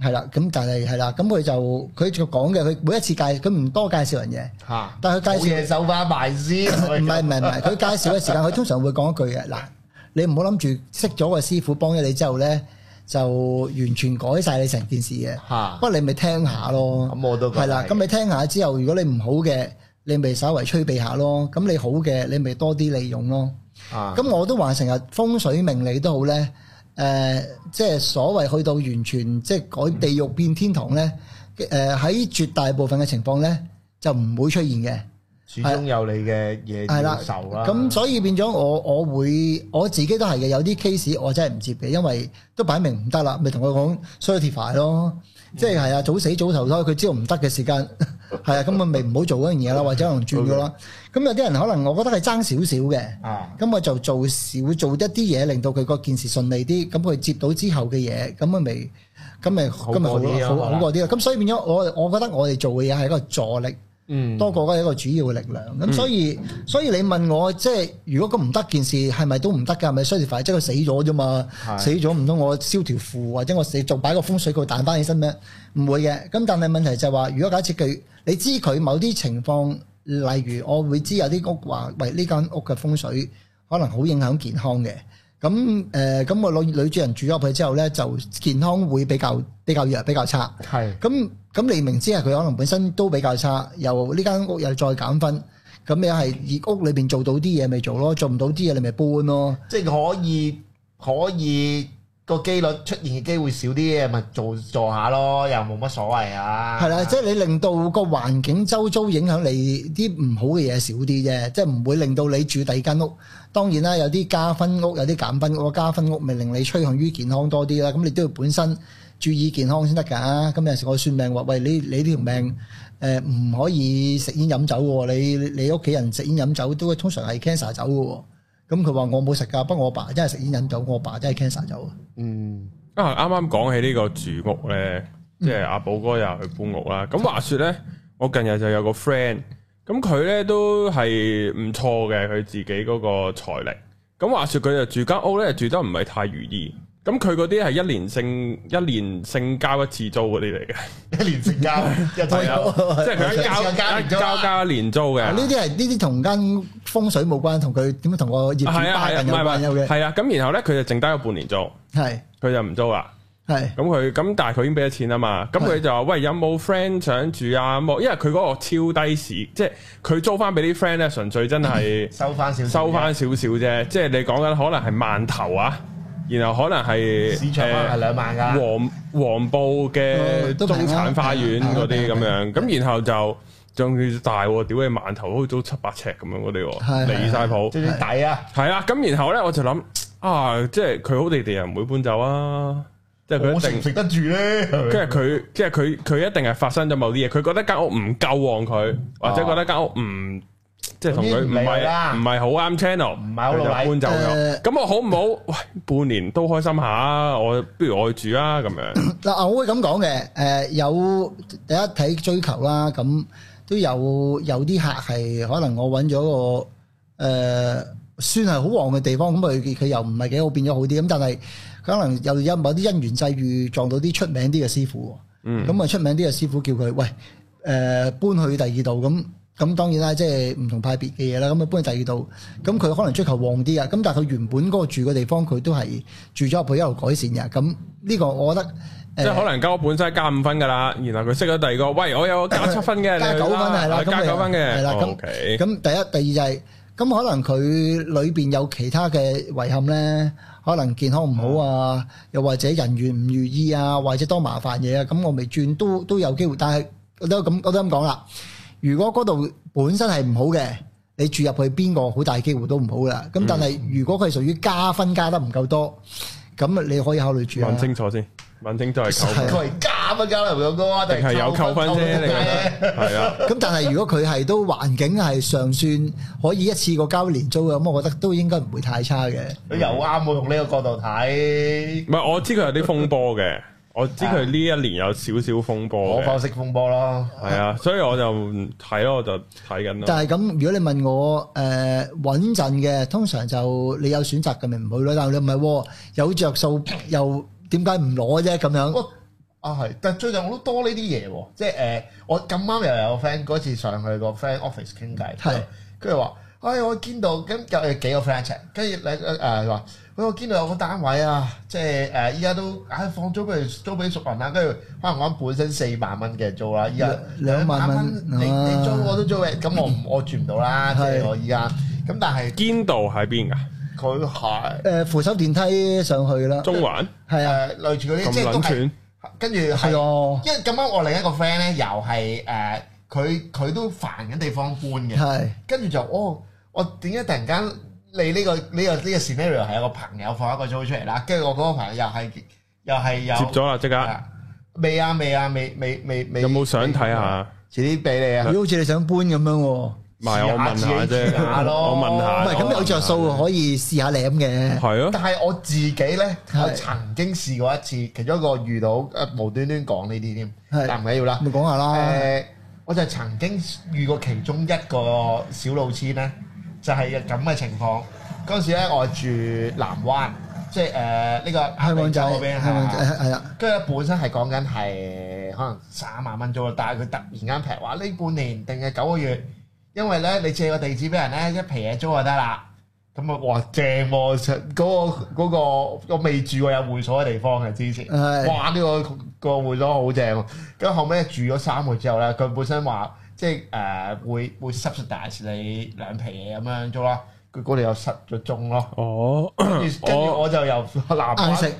Speaker 2: 喎。
Speaker 3: 係啦，咁但係係啦，咁佢就佢就講嘅，佢每一次介佢唔多介紹人嘢，
Speaker 2: 嚇！冇
Speaker 3: 但係佢介紹
Speaker 2: 嘢手翻埋先，
Speaker 3: 唔係唔
Speaker 2: 係
Speaker 3: 係唔係，佢介紹嘅時間，佢通常會講一句嘅嗱，你唔好諗住識咗個師傅幫咗你之後咧，就完全改晒你成件事嘅。不
Speaker 2: 嚇。
Speaker 3: 過你咪聽下咯，
Speaker 2: 啊咁我都覺得
Speaker 3: 係啦。
Speaker 2: 係
Speaker 3: 咁你聽下之後，如果你唔好嘅，你咪稍為吹避下咯。咁你好嘅，你咪多啲利用咯。
Speaker 2: 啊
Speaker 3: 咁我都話成日風水命理都好咧，誒、即係所謂去到完全即係
Speaker 2: 嗯
Speaker 3: 改地獄變天堂咧，誒、喺絕大部分嘅情況咧就唔會出現嘅。
Speaker 2: 始終有你嘅嘢
Speaker 3: 係
Speaker 2: 要
Speaker 3: 啦
Speaker 2: 受啦。
Speaker 3: 咁所以變咗我我會我自己都係嘅，有啲 case 我真係唔接嘅，因為都擺明唔得啦，咪同佢講 certify 咯，即係係啊，早死早投胎，佢知道唔得嘅時間 係啊，咁咪咪唔好做 嗰樣嘢啦，或者可能轉咗啦。咁有啲人可能我覺得係爭少少嘅。
Speaker 2: 啊，
Speaker 3: 咁我就做少做一啲嘢，令到佢個件事順利啲，咁佢接到之後嘅嘢，咁佢咪咁咪
Speaker 2: 好
Speaker 3: 咁咪好
Speaker 2: 過啲啊
Speaker 3: 好
Speaker 2: 可能
Speaker 3: 好過啲啦。咁所以變咗我我覺得我哋做嘅嘢係一個助力，
Speaker 2: 嗯
Speaker 3: 多過一個主要嘅力量。咁所以所以你問我即係如果咁唔得件事係咪都唔得㗎？係咪 certify 即係佢死咗啫嘛？
Speaker 2: 係
Speaker 3: 死咗唔通我燒條褲或者我死仲擺個風水佢彈翻起身咩？唔會嘅。咁但係問題就係話，如果假設佢你知佢某啲情況，例如我會知有啲屋話喂呢間屋嘅風水可能好影響健康嘅。咁誒，呃咁、個女女主人住咗入去之後呢，就健康會比較比較弱，比較差。
Speaker 2: 係
Speaker 3: 咁咁你明知係佢可能本身都比較差，又呢間屋又再減分，咁你係以屋裏邊做到啲嘢咪做咯，做唔到啲嘢你咪搬咯。
Speaker 2: 即係可以可以個機率出現嘅機會少啲嘅，咪做做下咯，又冇乜所謂啊。
Speaker 3: 係啦，即係你令到個環境周遭影響你啲唔好嘅嘢少啲啫，即係唔會令到你住第二間屋。當然啦，有啲加分屋，有啲減分屋，加分屋咪令你趨向於健康多啲啦。咁你都要本身注意健康先得㗎。咁有時我算命話，喂，你你呢條命誒唔、可以食煙飲酒嘅喎，你你屋企人食煙飲酒都通常係 cancer 酒嘅喎。咁佢話我冇食㗎，不過我爸真係食煙飲酒，我爸真係 cancer 酒。
Speaker 2: 嗯
Speaker 1: 啊，啱啱講起呢個住屋咧，即係阿寶哥又去搬屋啦。咁話說咧，我近日就有個 friend，咁佢咧都係唔錯嘅，佢自己嗰個財力。咁話說佢就住間屋咧，住得唔係太如意。咁佢嗰啲係一年性一年性交一次租嗰啲嚟嘅，
Speaker 2: 一年成交一齊有。
Speaker 1: 即係佢一交
Speaker 2: 一次交一
Speaker 1: 一
Speaker 2: 年租
Speaker 1: 交
Speaker 2: 啦
Speaker 1: 交一年租嘅。
Speaker 3: 啊呢啲係呢啲同間風水冇關，同佢點樣同個業主
Speaker 1: 係啊
Speaker 3: 巴
Speaker 1: 係啊，
Speaker 3: 人
Speaker 1: 唔
Speaker 3: 有關
Speaker 1: 係
Speaker 3: 有
Speaker 1: 唔係，
Speaker 3: 嘅，
Speaker 1: 係啊。咁然後咧，佢就剩低咗半年租，
Speaker 3: 係
Speaker 1: 佢就唔租啦。
Speaker 3: 係
Speaker 1: 咁佢咁但係佢已經俾咗錢啊嘛，咁佢就話喂有冇 friend 想住啊？冇，因為佢嗰個超低市，即係佢租翻俾啲 friend 咧，純粹真係
Speaker 3: 嗯
Speaker 2: 收翻少少，
Speaker 1: 收翻少少啫，即係你講緊可能係萬頭啊，然後可能係
Speaker 2: 市場可能係
Speaker 1: 誒
Speaker 2: 兩萬㗎。
Speaker 1: 黃黃埔嘅
Speaker 3: 哦都平
Speaker 1: 中
Speaker 3: 啊
Speaker 1: 產花園
Speaker 3: 平啊
Speaker 1: 嗰啲
Speaker 3: 平啊
Speaker 1: 咁樣，咁然後就仲要大喎，屌你萬頭好似租七百尺咁啊樣嗰啲喎，
Speaker 3: 係係
Speaker 1: 離晒譜。
Speaker 2: 最底啊！
Speaker 1: 係啦，咁然後咧我就諗啊，即係佢好地地又唔會搬走啊，即係佢
Speaker 2: 我
Speaker 1: 一
Speaker 2: 食
Speaker 1: 定
Speaker 2: 唔。食得住咧？係咪
Speaker 1: 跟住佢，即係佢，佢一定係發生咗某啲嘢，佢覺得間屋唔夠旺佢，或者覺得間屋唔即係同佢
Speaker 2: 總之
Speaker 1: 唔
Speaker 2: 唔理佢
Speaker 1: 係
Speaker 2: 啦
Speaker 1: 唔係好啱 channel，
Speaker 2: 唔係好老禮
Speaker 1: 佢就搬走咗。
Speaker 3: 誒
Speaker 1: 咁我好唔好？喂，半年都開心下，我不如我去住啊咁 樣。
Speaker 3: 嗱，我會咁講嘅，誒有第一睇追求啦，咁都有有啲客係可能我揾咗個誒呃算係好旺嘅地方，咁佢佢又唔係幾好變咗好啲，咁但係可能又有某啲因緣際遇撞到啲出名啲嘅師傅喎。
Speaker 1: 嗯，
Speaker 3: 咁啊出名啲嘅師傅叫佢喂誒、呃搬去第二度咁。咁當然啦，即係唔同派別嘅嘢啦。咁啊搬去第二度，咁佢可能追求旺啲啊。咁但係佢原本嗰個住嘅地方，佢都係住咗入去一路改善嘅。咁呢個我覺得誒、呃
Speaker 1: 即係可能間屋本身加五分噶啦，然後佢識咗第二個，喂，我有加七分嘅，你
Speaker 3: 加
Speaker 1: 去
Speaker 3: 九分
Speaker 1: 啦
Speaker 3: 係啦
Speaker 1: 啊
Speaker 3: 咁
Speaker 1: 加
Speaker 3: 你
Speaker 1: 九分嘅，哦
Speaker 3: 係啦咁
Speaker 1: OK
Speaker 3: 咁第一、第二就係、咁可能佢裏邊有其他嘅遺憾呢，可能健康唔好啊，又或者人緣唔如意啊，或者多麻煩嘢啊，咁我未轉都都有機會。但係我都咁，我都咁講啦。如果嗰度本身係唔好嘅，你住入去邊個好大機會都唔好啦。咁但係如果佢係屬於加分加得唔夠多，咁你可以考慮住啊
Speaker 1: 問。清楚先，問清楚係扣分
Speaker 3: 係
Speaker 2: 佢係啊加乜加流量高啊？定
Speaker 1: 定係有扣分啫？你覺得係啊？
Speaker 3: 咁但係如果佢係都環境係尚算可以一次過交年租嘅，咁我覺得都應該唔會太差嘅。
Speaker 2: 你又啱喎，用呢個角度睇
Speaker 1: 唔，係，我知佢有啲風波嘅，我知佢呢一年有少少風波
Speaker 2: 啊我
Speaker 1: 嘅
Speaker 2: 方，式風波咯。
Speaker 1: 係啊，所以我就唔睇咯，我就睇緊咯。
Speaker 3: 但係咁，如果你問我誒穩陣嘅，通常就你有選擇嘅咪唔去咯。但係你唔係喎，有着數又點解唔攞啫？咁樣
Speaker 2: 我啊係，但係最近我都多呢啲嘢喎，即係誒、呃我咁啱又有個 friend 嗰次上去個 friend office 傾偈，
Speaker 3: 係
Speaker 2: 跟住話，哎，我見到咁有幾個 friend 一齊，跟住你誒話，喂、我見到有個單位啊，即係誒依家都唉放租俾租俾熟人啦，跟住可能我本身四萬蚊嘅租啦，依家
Speaker 3: 兩兩萬蚊
Speaker 2: 你
Speaker 3: 啊
Speaker 2: 你租我都租嘅，咁我唔我住唔到啦，即係
Speaker 3: 係
Speaker 2: 我依家，咁但係
Speaker 1: 堅道喺邊噶？
Speaker 2: 佢係
Speaker 3: 誒扶手電梯上去啦，
Speaker 1: 中環
Speaker 3: 係啊，
Speaker 2: 誒類似嗰啲，
Speaker 1: 咁
Speaker 2: 即係都
Speaker 1: 撚
Speaker 2: 係
Speaker 1: 串，
Speaker 2: 跟住係
Speaker 3: 係啊，
Speaker 2: 因為咁啱我另一個 friend 咧，又係誒，呃佢、佢都煩緊地方搬嘅，
Speaker 3: 係
Speaker 2: 跟住就哦，我點解突然間你呢、個呢、個呢、個 scenario 係有個朋友放一個租出嚟啦，跟住我嗰個朋友又係又係有
Speaker 1: 接咗啦，即刻
Speaker 2: 啊未啊未啊未未未未
Speaker 1: 有冇想睇？啊下？
Speaker 2: 遲啲俾你啊！
Speaker 3: 好似你想搬咁樣喎。
Speaker 1: 唔係我問下
Speaker 2: 自己住下
Speaker 1: 啫，
Speaker 2: 咯
Speaker 1: 我問
Speaker 3: 唔
Speaker 1: 下。
Speaker 3: 係咁有着數喎可以試下舐嘅，
Speaker 1: 係咯，
Speaker 2: 但係我自己咧，
Speaker 3: 係
Speaker 2: 我曾經試呃過一次，其中一個遇到誒無端端講呢啲添，
Speaker 3: 係
Speaker 2: 但唔緊要啦。
Speaker 3: 咪講下啦。
Speaker 2: 誒，我就曾經遇過其中一個小路痴呢，就係咁嘅情況。嗰陣時咧，我住南灣，即係誒呢個
Speaker 3: 香港仔，
Speaker 2: 嗰邊
Speaker 3: 香港
Speaker 2: 係啊
Speaker 3: 仔係啦，
Speaker 2: 跟住咧本身係講緊係可能三萬蚊租，但係佢突然間平話呢半年定係九個月，因為咧你借個地址俾人咧一皮嘢租就得啦。咁啊，哇正喎！嗰、個嗰、個我未住過有會所嘅地方嘅之前，
Speaker 3: 係
Speaker 2: 哇呢、個、個會所好正喎。跟住後尾住咗三個月之後咧，佢本身話即係誒、呃會會 subsidize 你兩皮嘢咁樣租啦，佢嗰度又失咗蹤咯。
Speaker 1: 哦，
Speaker 2: 跟住跟住
Speaker 1: 我
Speaker 2: 我 就由南灣
Speaker 3: 硬食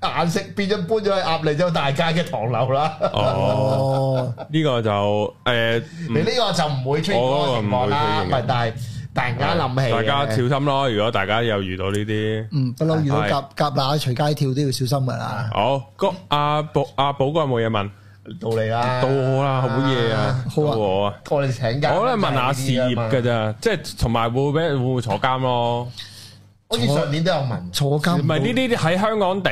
Speaker 2: 顏色變咗搬咗去鴨脷洲大街嘅唐樓啦。
Speaker 1: 哦，
Speaker 3: 哦，
Speaker 1: 呢個就诶，
Speaker 2: 你呢個就唔會出現嗰個情況
Speaker 1: 我
Speaker 2: 啦，
Speaker 1: 哦
Speaker 2: 唔
Speaker 1: 嗰個唔會出現嘅
Speaker 2: 係，但係突然間諗起
Speaker 1: 嗯大
Speaker 2: 嘅，
Speaker 1: 家小心咯。如果大家又遇到呢啲，
Speaker 3: 嗯，不嬲遇到
Speaker 1: 係
Speaker 3: 夾夾乸隨街跳都要小心噶啦，
Speaker 1: 好，個阿寶阿寶哥有冇嘢問？
Speaker 2: 到你啦，
Speaker 1: 到我啦，好嘢啊，
Speaker 3: 好啊
Speaker 1: 到我啊。
Speaker 2: 我哋請假，
Speaker 1: 我咧問
Speaker 2: 啊
Speaker 1: 下事業嘅，
Speaker 2: 嘅
Speaker 1: 咋，即係同埋會俾會唔會坐監咯？
Speaker 2: 好似上年都有問，
Speaker 3: 坐監
Speaker 1: 唔係呢
Speaker 3: 啲
Speaker 1: 啲喺香港地，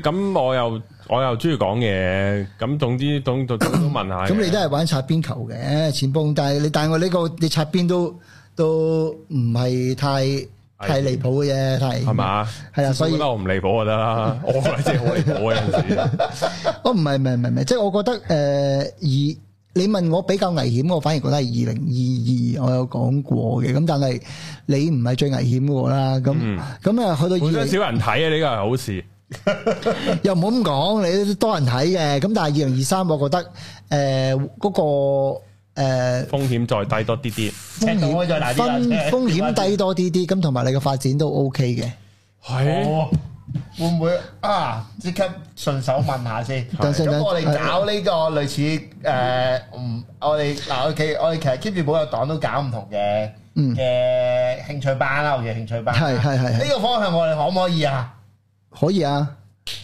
Speaker 1: 咁我又我又中意講嘢，咁總之總總總都問下嘅。
Speaker 3: 咁你都係玩擦邊球嘅前鋒，但係你但係我呢個你擦邊都都唔係太太離譜嘅啫，太
Speaker 1: 係？嘛？
Speaker 3: 係啊，所以
Speaker 1: 覺得我唔離譜就得 啦，我係真係好離譜有陣時。
Speaker 3: 哦，唔係唔係唔係唔係，即係我覺得誒、呃而你問我比較危險，我反而覺得係二零二二，我有講過嘅。咁但係你唔係最危險嗰個啦。
Speaker 1: 嗯
Speaker 3: 咁咁啊，去到
Speaker 1: 本身
Speaker 3: 二零
Speaker 1: 少人睇啊，呢個係好事。
Speaker 3: 又唔好咁講，你都多人睇嘅。咁但係二零二三，我覺得誒嗰、呃個、呃
Speaker 1: 風險再低多啲啲。
Speaker 3: 風
Speaker 2: 尺度可以再大
Speaker 3: 險
Speaker 2: 啲啦
Speaker 3: 分
Speaker 2: 尺
Speaker 3: 風險低多啲啲，咁同埋你嘅發展都 OK 嘅。
Speaker 1: 係
Speaker 2: 哦會唔會啊？即刻順手問下先。
Speaker 3: 等陣
Speaker 2: 咁我哋搞呢個類似誒，唔我哋嗱，我哋我哋其實 keep 住保育黨都搞唔同嘅
Speaker 3: 嗯
Speaker 2: 嘅興趣班啦，我嘅興趣班。
Speaker 3: 係係係
Speaker 2: 呢
Speaker 3: 係，
Speaker 2: 個方向我哋可唔可以啊？
Speaker 3: 可以啊。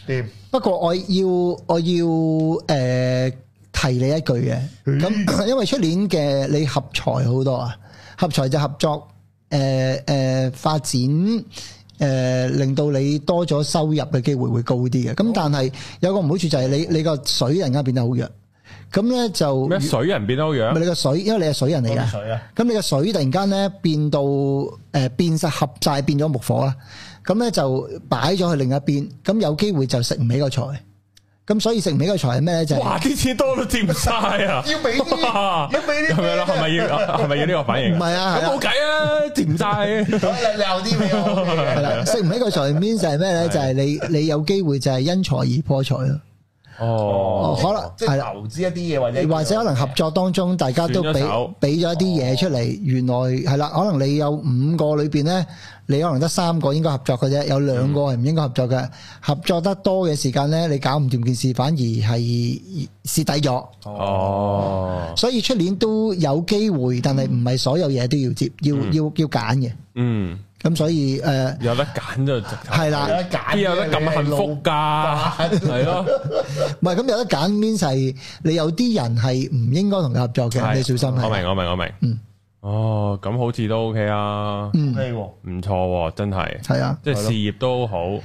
Speaker 2: 掂。
Speaker 3: 不過我要我要誒、呃提你一句嘅，
Speaker 2: 嗯
Speaker 3: 咁 因為出年嘅你合財好多啊，合財就合作誒誒、呃呃發展誒、呃令到你多咗收入嘅機會會高啲嘅。
Speaker 2: 哦
Speaker 3: 咁但係有個唔好處就係你你個水人家變得好弱，咁咧就
Speaker 1: 咩水人變得好
Speaker 3: 咪
Speaker 1: 樣？
Speaker 3: 你個水，因為你係水人嚟
Speaker 2: 多
Speaker 3: 嘅
Speaker 2: 啲。啊水啊！
Speaker 3: 咁你嘅水突然間咧變到誒、呃、變晒合晒變咗木火啦，咁咧就擺咗去另一邊，咁有機會就食唔起個財，咁所以食唔起個財係咩咧？就係
Speaker 1: 哇！啲錢多到接唔晒啊！
Speaker 2: 要俾啲
Speaker 1: 哇
Speaker 2: 要俾
Speaker 1: 咁
Speaker 2: 啲
Speaker 1: 樣咯，
Speaker 2: 咩
Speaker 1: 係咪要係咪要呢個反應
Speaker 3: 唔
Speaker 1: 啊？
Speaker 3: 係啊？
Speaker 1: 咁
Speaker 3: 係啊
Speaker 1: 冇計啊，接唔晒。
Speaker 2: 你留啲俾我
Speaker 3: 係
Speaker 2: 嘅。
Speaker 3: 啦，食唔起個財面就係咩咧？就係你你有機會就係因財而破財咯，
Speaker 1: 哦，
Speaker 3: 哦 可能
Speaker 2: 即
Speaker 3: 係
Speaker 2: 係
Speaker 3: 啦
Speaker 2: 投資一啲嘢，或者
Speaker 3: 或者可能合作當中大家都
Speaker 1: 轉咗
Speaker 3: 俾
Speaker 1: 手哦
Speaker 3: 俾咗一啲嘢出嚟，原來係啦，可能你有五個裏邊咧，你可能得三個應該合作嘅啫，有兩個係唔應該合作嘅，合作得多嘅時間咧，你搞唔掂件事，反而係蝕底咗。
Speaker 1: 哦，
Speaker 3: 所以出年都有機會，但係唔係所有嘢都要接，要要要揀嘅。
Speaker 1: 嗯，
Speaker 3: 咁所以誒
Speaker 1: 有得揀就直頭
Speaker 3: 係
Speaker 2: 有
Speaker 3: 啦，
Speaker 2: 得揀，
Speaker 1: 邊有得咁幸福㗎？係咯，
Speaker 3: 唔係咁有得揀 means 係你有啲人係唔應該同佢合作嘅，
Speaker 1: 係
Speaker 3: 你小心
Speaker 1: 我
Speaker 3: 係。
Speaker 1: 明，我明，我明。
Speaker 3: 嗯
Speaker 1: 哦，咁好似都 OK 啊，
Speaker 3: 嗯，
Speaker 2: 你喎，
Speaker 1: 唔錯喎，真係，
Speaker 3: 係啊。
Speaker 1: 即係事業都好。
Speaker 3: 誒、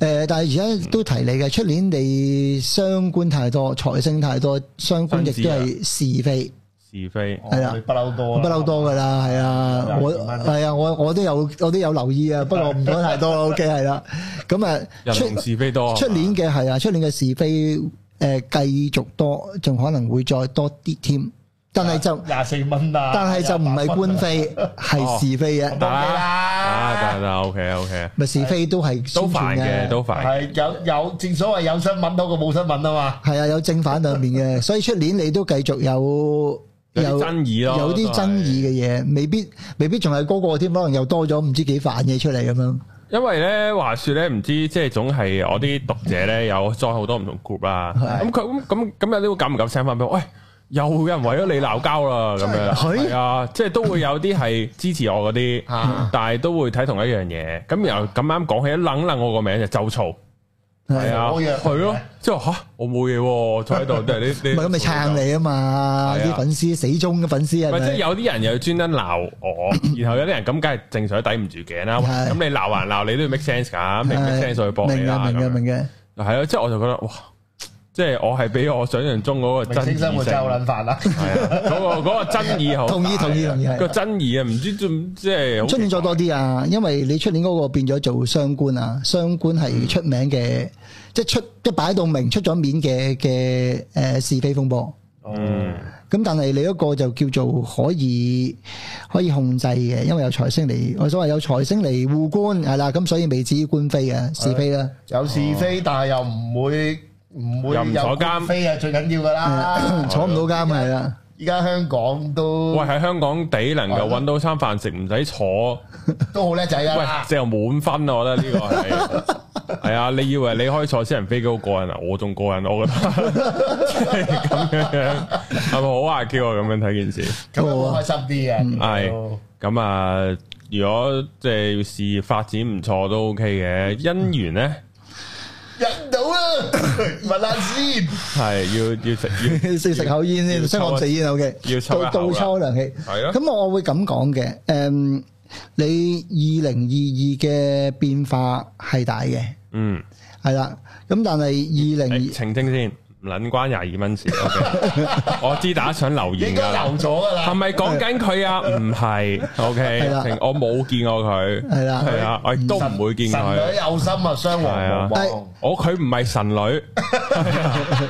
Speaker 3: 呃但係而家都提你嘅，出年你傷官太多，財星太多，傷官亦都係是非，
Speaker 1: 是非
Speaker 2: 哦
Speaker 3: 係啦
Speaker 2: 你不嬲多
Speaker 3: 不
Speaker 2: 啦，
Speaker 3: 嬲多噶啦，係啊，我
Speaker 2: 廿二蚊
Speaker 3: 係啊，我我都有我都有留意啊，不過唔講太多啦，OK 係啦，咁啊
Speaker 1: 人
Speaker 3: 出
Speaker 1: 同是非多，
Speaker 3: 出年嘅係啊，出年嘅是非誒、繼續多，仲可能會再多啲添，但係就
Speaker 2: 廿四蚊啊！
Speaker 3: 但係就唔係官非，
Speaker 1: 哦
Speaker 3: 係是非
Speaker 2: 咁
Speaker 3: 嘅，
Speaker 1: 得
Speaker 2: ，OK 啦
Speaker 1: 啊，得得，OK OK，
Speaker 3: 咪是非都係
Speaker 1: 都
Speaker 3: 宣傳
Speaker 1: 煩嘅，都煩。
Speaker 2: 係有有，正所謂有新聞多過冇新聞啊嘛。
Speaker 3: 係啊，有正反兩面嘅，所以出年你都繼續有
Speaker 1: 有啲爭議咯
Speaker 3: 有啲爭議嘅嘢，未必未必仲係嗰個添，可能又多咗唔知幾煩嘢出嚟咁樣。
Speaker 1: 因為咧，話說咧，唔知即係總係我啲讀者咧，有 join 好多唔同 group 啦。
Speaker 3: 係
Speaker 1: 咁佢咁咁咁有啲會敢唔敢 send 翻俾我？喂，又有人為咗你鬧交啦，咁樣
Speaker 3: 係
Speaker 1: 係啊，即係都會有啲係支持我嗰啲
Speaker 2: 啊，
Speaker 1: 但係都會睇同一樣嘢。咁然後咁啱講起，一楞楞我個名就就嘈，係啊，
Speaker 2: 我約
Speaker 1: 係咯，即係話吓我冇嘢喎，坐喺度，即係你
Speaker 3: 唔
Speaker 1: 你
Speaker 3: 係咁咪撐你啊嘛，
Speaker 1: 係啊
Speaker 3: 啲粉絲死忠嘅粉絲係
Speaker 1: 唔係即係
Speaker 3: 咪？
Speaker 1: 有啲人又專登鬧我， 然後有啲人咁梗係正常都抵唔住頸啦。喂
Speaker 3: 係
Speaker 1: 咁你鬧還鬧，你都要 make sense 㗎，咁你 make sense 我去幫你
Speaker 3: 明
Speaker 1: 啦。
Speaker 3: 嘅，明
Speaker 1: 咁樣
Speaker 3: 嘅，明嘅。
Speaker 1: 係咯，即係我就覺得哇，即係我係比我想象中嗰個
Speaker 2: 明
Speaker 1: 爭
Speaker 2: 星
Speaker 1: 議
Speaker 2: 生活
Speaker 1: 性
Speaker 2: 真係好撚煩啦。
Speaker 1: 係啊，嗰個嗰個爭議好大啊，
Speaker 3: 同意同意同意係
Speaker 1: 個爭議啊，唔知點即係好
Speaker 3: 出年再多啲啊，因為你出年嗰個變咗做商官啊，商官
Speaker 1: 嗯
Speaker 3: 係出名嘅，即係出即係擺到明出咗面嘅嘅誒是非風波。
Speaker 1: 嗯
Speaker 3: 咁但係你嗰個就叫做可以可以控制嘅，因為有財星嚟，我所謂有財星嚟護官係啦，咁所以未至於官非嘅是非啦。
Speaker 2: 有是非，但係又唔會唔會
Speaker 1: 又唔坐監
Speaker 2: 非係最緊要噶
Speaker 1: 啊
Speaker 2: 啦。
Speaker 3: 坐唔到監係啦，
Speaker 2: 依家香港都
Speaker 1: 喂喺香港地能夠揾到餐飯食唔使坐，
Speaker 2: 都好叻仔
Speaker 1: 喂
Speaker 2: 啊！
Speaker 1: 即係滿分啊！我覺得呢個係 係啊，你以為你可以坐私人飛機好過癮啊？我仲過癮，我覺得即係咁樣 係咪好阿 Q 啊？咁樣睇件事
Speaker 2: 咁樣會開心啲嘅。哦
Speaker 1: 係咁啊！如果即係事業發展唔錯都 OK 嘅，姻緣咧
Speaker 2: 忍到啦， 問下先。
Speaker 1: 係要要食要
Speaker 3: 先食口煙
Speaker 1: 要
Speaker 3: 先，香港食煙 OK，
Speaker 1: 要抽一口
Speaker 3: 倒倒
Speaker 1: 啦
Speaker 3: 抽涼氣。
Speaker 1: 係咯。
Speaker 3: 咁我會咁講嘅，誒、你二零二二嘅變化係大嘅，
Speaker 1: 嗯，
Speaker 3: 係啦。咁但係二零
Speaker 1: 誒
Speaker 3: 二
Speaker 1: 澄清先，唔撚關廿二蚊事。OK 我知大家想留言
Speaker 2: 應
Speaker 1: 噶
Speaker 2: 該
Speaker 1: 啦，
Speaker 2: 留咗噶
Speaker 1: 係
Speaker 2: 啦，
Speaker 1: 咪講緊佢啊？唔係
Speaker 3: 係啦
Speaker 1: ，OK，澄我冇見過佢，
Speaker 3: 係啦
Speaker 1: 係啊，我亦都唔會見
Speaker 2: 神
Speaker 1: 佢
Speaker 2: 女。有心啊，雙王無
Speaker 3: 係
Speaker 2: 望
Speaker 3: 啊。
Speaker 1: 我佢唔係神女，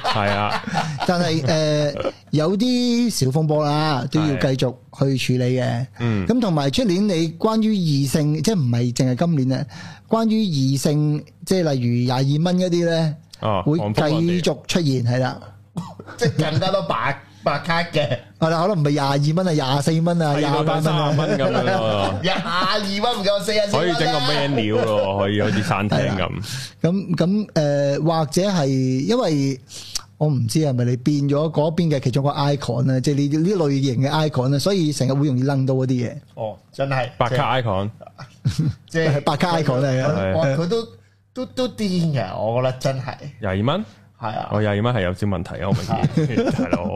Speaker 1: 係啊，
Speaker 3: 但係誒、有啲小風波啦，都要
Speaker 1: 係
Speaker 3: 繼續去處理嘅。
Speaker 1: 嗯
Speaker 3: 咁同埋出年你關於異性，即係唔係淨係今年咧？關於異性，即係例如廿二蚊嗰啲咧，
Speaker 1: 哦
Speaker 3: 會
Speaker 1: 狂風浪
Speaker 3: 繼
Speaker 1: 蝶
Speaker 3: 續出現係啦。
Speaker 2: 即係更加多白白卡嘅，
Speaker 3: 係啦，可能唔係廿二蚊啊，廿四蚊啊，廿八
Speaker 1: 廿
Speaker 3: 蚊啊
Speaker 1: 三。蚊咁樣咯，
Speaker 2: 廿二蚊唔夠四啊四
Speaker 1: 可以
Speaker 2: 蚊
Speaker 1: 整個
Speaker 2: 咩？
Speaker 1: man 料咯，可以好似餐廳咁。
Speaker 3: 咁咁誒，或者係因為我唔知係咪你變咗嗰邊嘅其中一個 icon 啊咧，即係呢呢類型嘅 icon 啊咧，所以成日會容易楞到嗰啲嘢。
Speaker 2: 哦，真係
Speaker 1: 白，卡 icon
Speaker 2: 即係
Speaker 3: 白卡 icon 嚟嘅
Speaker 1: 係
Speaker 2: 哇，佢都都都癲嘅，我覺得真係
Speaker 1: 廿二蚊，
Speaker 2: 係啊
Speaker 1: 我，廿二蚊係有少問題啊，我明顯大佬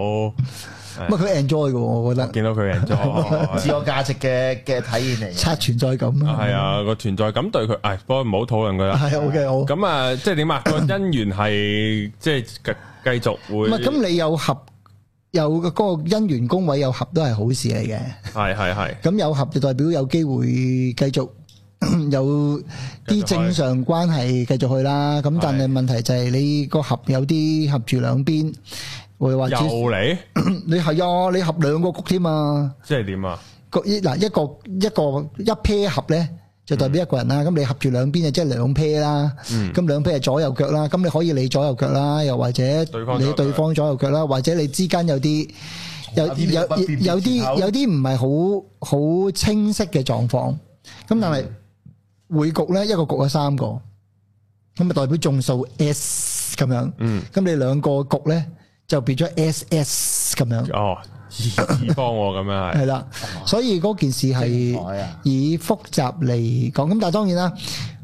Speaker 3: 咁啊，佢 enjoy 嘅喎，我覺得
Speaker 1: 見到佢人咗。
Speaker 2: 自我價值嘅嘅體現嚟嘅。
Speaker 3: 刷存在感啊。
Speaker 1: 系啊，個存在感對佢，唉，不過唔好討論佢啦。
Speaker 3: 係啊，OK 好。
Speaker 1: 咁啊，即係點啊？個姻緣係即係繼繼續
Speaker 3: 唔
Speaker 1: 會，
Speaker 3: 係咁，你有合有嗰個姻緣工位有合都係好事嚟嘅。
Speaker 1: 係係係，
Speaker 3: 咁有合就代表有機會繼續有啲正常關係繼續去啦。咁但係問題就係你個合有啲合住兩邊，會或
Speaker 1: 又
Speaker 3: 者
Speaker 1: 嚟，
Speaker 3: 你係啊，你合兩個谷添啊。
Speaker 1: 即係點啊？
Speaker 3: 個一嗱一個一個一 pair 合咧。就代表一個人啦，咁你合住兩邊就即係兩 pair 啦，咁兩 pair 係左右腳啦，咁你可以你左右腳啦，又或者
Speaker 1: 對方左右
Speaker 3: 你
Speaker 1: 腳
Speaker 3: 對方左右腳啦，或者你之間有啲有
Speaker 2: 有
Speaker 3: 有
Speaker 2: 啲不辨別
Speaker 3: 有
Speaker 2: 前
Speaker 3: 啲
Speaker 2: 後
Speaker 3: 有啲唔係好好清晰嘅狀況，咁但係每局咧一個局有三個，咁咪代表眾數 S 咁樣，咁你兩個局咧就變咗 SS 咁樣。
Speaker 1: 哦，二方喎，咁樣係，
Speaker 3: 係啦，
Speaker 2: 哦
Speaker 3: 所以嗰件事
Speaker 2: 精
Speaker 3: 係
Speaker 2: 彩啊
Speaker 3: 以複雜嚟講，咁但係當然啦，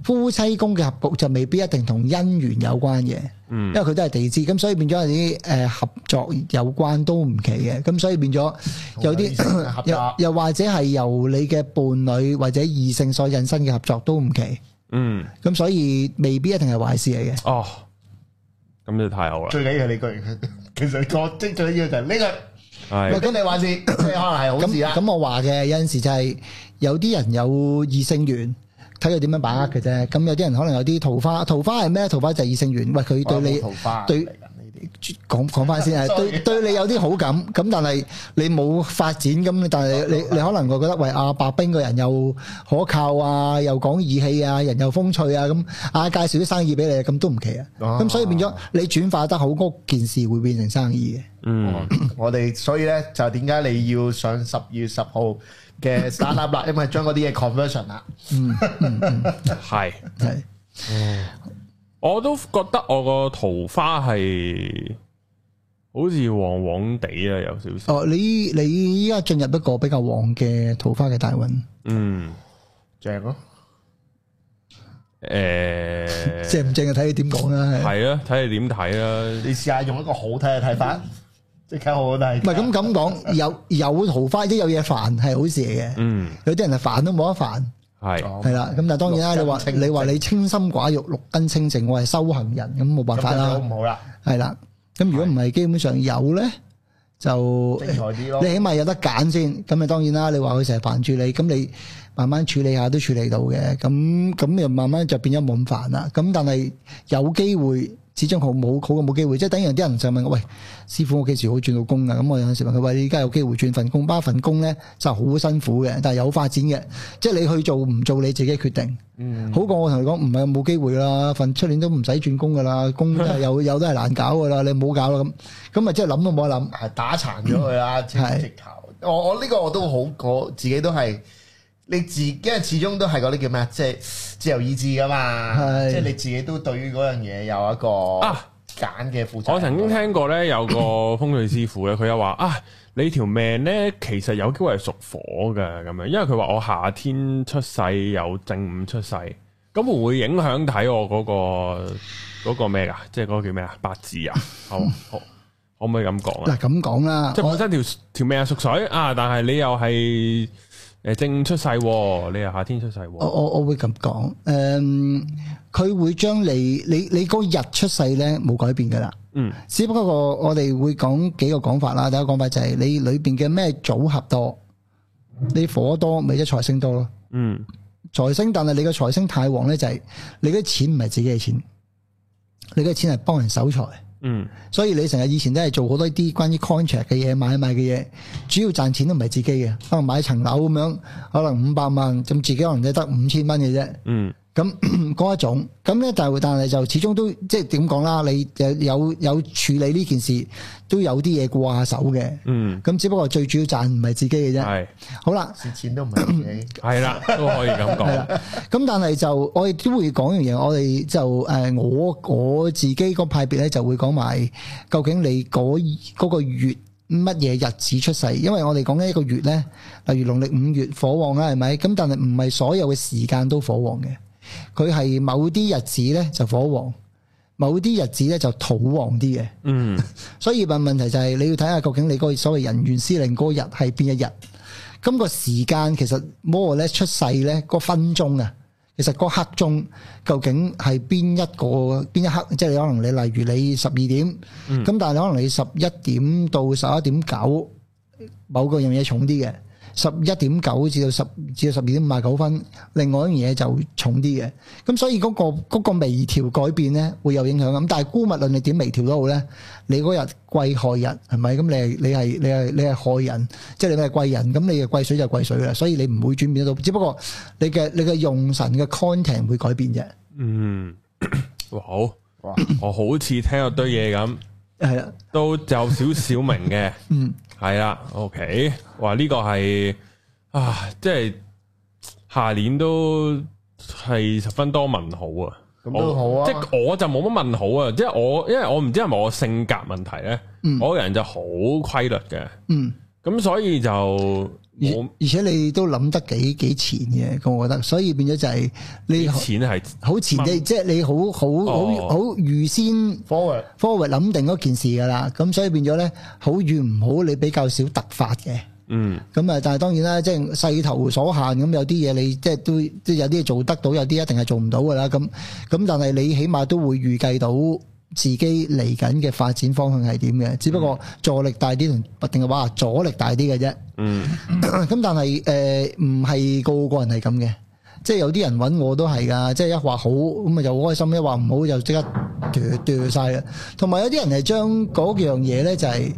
Speaker 3: 夫妻宮嘅合局就未必一定同姻緣有關嘅，
Speaker 2: 嗯
Speaker 3: 因為佢都係地支，咁所以變咗有啲誒合作有關都唔奇嘅，咁所以變咗有
Speaker 2: 同有異性嘅合
Speaker 3: 啲
Speaker 2: 作
Speaker 3: 又又或者係由你嘅伴侶或者異性所引申嘅合作都唔奇，
Speaker 1: 嗯，
Speaker 3: 咁所以未必一定係壞事嚟嘅。
Speaker 1: 哦，咁就太好啦，
Speaker 2: 最緊要你 句，其實個即係最緊要就係呢句，
Speaker 1: 係
Speaker 2: 咁你話事，即係可能係好事啊啦。
Speaker 3: 咁咁我話嘅有陣時就係有啲人有異性緣，睇佢點樣把握嘅啫。咁有啲人可能有啲桃花，桃花係咩？桃花就係異性緣。喂，佢對
Speaker 2: 我有
Speaker 3: 你
Speaker 2: 嗯桃花啊
Speaker 3: 對
Speaker 2: 嚟緊呢啲。
Speaker 3: 講講 翻先係
Speaker 2: Sorry
Speaker 3: 對對你有啲好感，咁但係你冇發展咁，但 係你你可能會覺得喂阿白冰個人又可靠啊，又講義氣啊，人又風趣啊，咁啊介紹啲生意俾你，咁都唔奇啊。
Speaker 2: 啊
Speaker 3: 咁所以變咗你轉化得好，嗰件事會變成生意嘅。
Speaker 1: 嗯，
Speaker 2: 我哋所以咧就點解你要上十月十號嘅 start up 啦？因為將嗰啲嘢 conversion 啦，
Speaker 1: 係，
Speaker 3: 係。
Speaker 1: 我都覺得我個桃花係好似黃黃地啊，有少少，
Speaker 3: 哦，你你依家進入一個比較旺嘅桃花嘅大運，
Speaker 1: 嗯，
Speaker 2: 正
Speaker 3: 啊
Speaker 2: 咯。
Speaker 1: 誒，
Speaker 3: 正唔正啊？睇你點講啦。
Speaker 1: 係啊，睇你點睇啦。
Speaker 2: 你試下用一個好睇嘅睇法，即刻好好睇。
Speaker 3: 係嗯唔係咁咁講，有有桃花即係有嘢煩係好事嚟嘅。
Speaker 1: 嗯，
Speaker 3: 有啲人係煩都冇得煩，
Speaker 1: 係，
Speaker 2: 哦
Speaker 3: 係啦。咁但係當然啦，你
Speaker 2: 六根
Speaker 3: 話
Speaker 2: 清淨
Speaker 3: 你話你清心寡欲、六根清淨，我係修行人，咁冇辦
Speaker 2: 咁
Speaker 3: 法
Speaker 2: 就好
Speaker 3: 啦
Speaker 2: 唔。好啦？
Speaker 3: 係啦，咁如果唔係，基本上有咧就
Speaker 2: 精彩啲咯
Speaker 3: 你。起碼有得揀先。咁啊，當然啦，你話佢成日煩住你，咁你慢慢處理下都處理到嘅。咁咁又慢慢就變咗冇咁煩啦。咁但係有機會。始終好冇好過冇機會，即係等於有啲人就問我：喂，師傅，我幾時好轉到工啊？咁我有陣時問佢：喂，你而家有機會轉份工，包份工咧就好辛苦嘅，但係有發展嘅，即係你去做唔做你自己決定。
Speaker 1: 嗯
Speaker 3: 好過我同你講，唔係冇機會啦，份出年都唔使轉工噶啦，工都係有有都係難搞噶啦，你唔好搞啦咁，咁咪即係諗都冇得諗。
Speaker 2: 係打殘咗佢啦，直
Speaker 3: 嗯係
Speaker 2: 直頭。我我呢個我都好，我自己都係你自，因為始終都係嗰啲叫咩啊，即係自由意志噶嘛。
Speaker 3: 係
Speaker 2: 即係你自己都對於嗰樣嘢有一個
Speaker 1: 啊
Speaker 2: 揀嘅負責。
Speaker 1: 我曾經聽過咧，有個風水師傅咧，佢又話啊，你條命咧其實有機會係屬火嘅咁樣，因為佢話我夏天出世有正午出世，咁會唔會影響睇我嗰、個嗰、個咩噶？即係嗰個叫咩啊？八字 啊？好，好可唔可以咁講
Speaker 3: 嗱
Speaker 1: 啊？
Speaker 3: 咁講啦，
Speaker 1: 即係
Speaker 3: 我
Speaker 1: 本身條條命係屬水啊，但係你又係誒正午出世喎，你又夏天出世
Speaker 3: 我
Speaker 1: 喎，
Speaker 3: 我我會咁講，誒、佢會將你你你嗰日出世咧冇改變噶啦，
Speaker 1: 嗯，
Speaker 3: 只不過我我哋會講幾個講法啦。第一個講法就係你裏邊嘅咩組合多，你火多咪即係財星多咯。
Speaker 1: 嗯，
Speaker 3: 財星，但係你嘅財星太旺咧，就係你嘅錢唔係自己嘅錢，你嘅錢係幫人守財，
Speaker 1: 嗯，
Speaker 3: 所以你成日以前都係做好多啲關於 contract 嘅嘢、買賣嘅嘢，主要賺錢都唔係自己嘅，可能買層樓咁樣，可能五百萬，咁自己可能都得五千蚊嘅啫。
Speaker 1: 嗯，
Speaker 3: 咁 嗰一種，咁咧但係但係就始終都即係點講啦，你有有有處理呢件事，都有啲嘢過下手嘅。
Speaker 1: 嗯，
Speaker 3: 咁只不過最主要賺唔係自己嘅啫。
Speaker 1: 係
Speaker 3: 好啦。
Speaker 2: 蝕錢都唔 係自己。
Speaker 1: 係啦，都可以咁
Speaker 3: 係
Speaker 1: 講，
Speaker 3: 啦，咁但係就我哋都會講樣嘢，我哋就誒、呃我我自己個派別咧就會講埋究竟你嗰嗰個月乜嘢日子出世，因為我哋講緊一個月咧，例如農曆五月火旺啊啦，係咪？咁但係唔係所有嘅時間都火旺嘅，佢係某啲日子咧就火旺，某啲日子咧就土旺啲嘅。
Speaker 1: 嗯，
Speaker 3: 所以問問題就係你要睇下究竟你嗰個所謂人員司令嗰日係邊一日？咁、個時間其實 more or less 出世咧，個分鐘啊，其實嗰刻鐘究竟係邊一個邊一刻？即係你可能你例如你十二點，咁、但係可能你十一點到十一點九某個樣嘢重啲嘅。十一點九至到十至到十二點五十九分，另外一樣嘢就重啲嘅，咁所以嗰、個嗰、個微調改變咧會有影響咁，但係姑勿論你點微調都好咧，你嗰日貴害人係咪？咁你係你係你係你係害人，即係你係貴人，咁你嘅貴水就貴水啦，所以你唔會轉變得到，只不過你嘅你嘅用神嘅 content 會改變啫，
Speaker 1: 嗯，哇好。
Speaker 2: 哇！
Speaker 1: 我好似聽咗堆嘢咁，
Speaker 3: 係啦，
Speaker 1: 都有少少明嘅。
Speaker 3: 嗯，
Speaker 1: 係啦，OK，哇！呢、個係啊，即係下年都係十分多問號啊。
Speaker 2: 咁都好啊
Speaker 1: 即係我就冇乜問號啊，即係我因為我唔知係咪我性格問題咧，
Speaker 3: 嗯
Speaker 1: 我個人就好規律嘅，
Speaker 3: 嗯。
Speaker 1: 咁所以就
Speaker 3: 而
Speaker 1: 我
Speaker 3: 而且你都諗得幾幾前嘅，咁我覺得，所以變咗就係你
Speaker 1: 啲
Speaker 3: 好
Speaker 1: 錢係
Speaker 3: 好前嘅，即係你好好好
Speaker 1: 哦
Speaker 3: 好預先
Speaker 2: forward
Speaker 3: forward 諗定嗰件事噶啦，咁所以變咗咧好與唔好，你比較少突發嘅。
Speaker 1: 嗯
Speaker 3: 咁啊，但係當然啦，即係勢頭所限，咁有啲嘢你即係都即係有啲嘢做得到，有啲一定係做唔到噶啦。咁咁，但係你起碼都會預計到自己嚟緊嘅發展方向係點嘅，只不過助力大啲同定係話阻力大啲嘅啫。
Speaker 1: 嗯
Speaker 3: 咁但係誒唔係個個人係咁嘅，即係有啲人揾我都係㗎，即係一話好咁啊又好開心，一話唔好就即刻掉掉晒啦。同埋有啲人係將嗰樣嘢咧就係、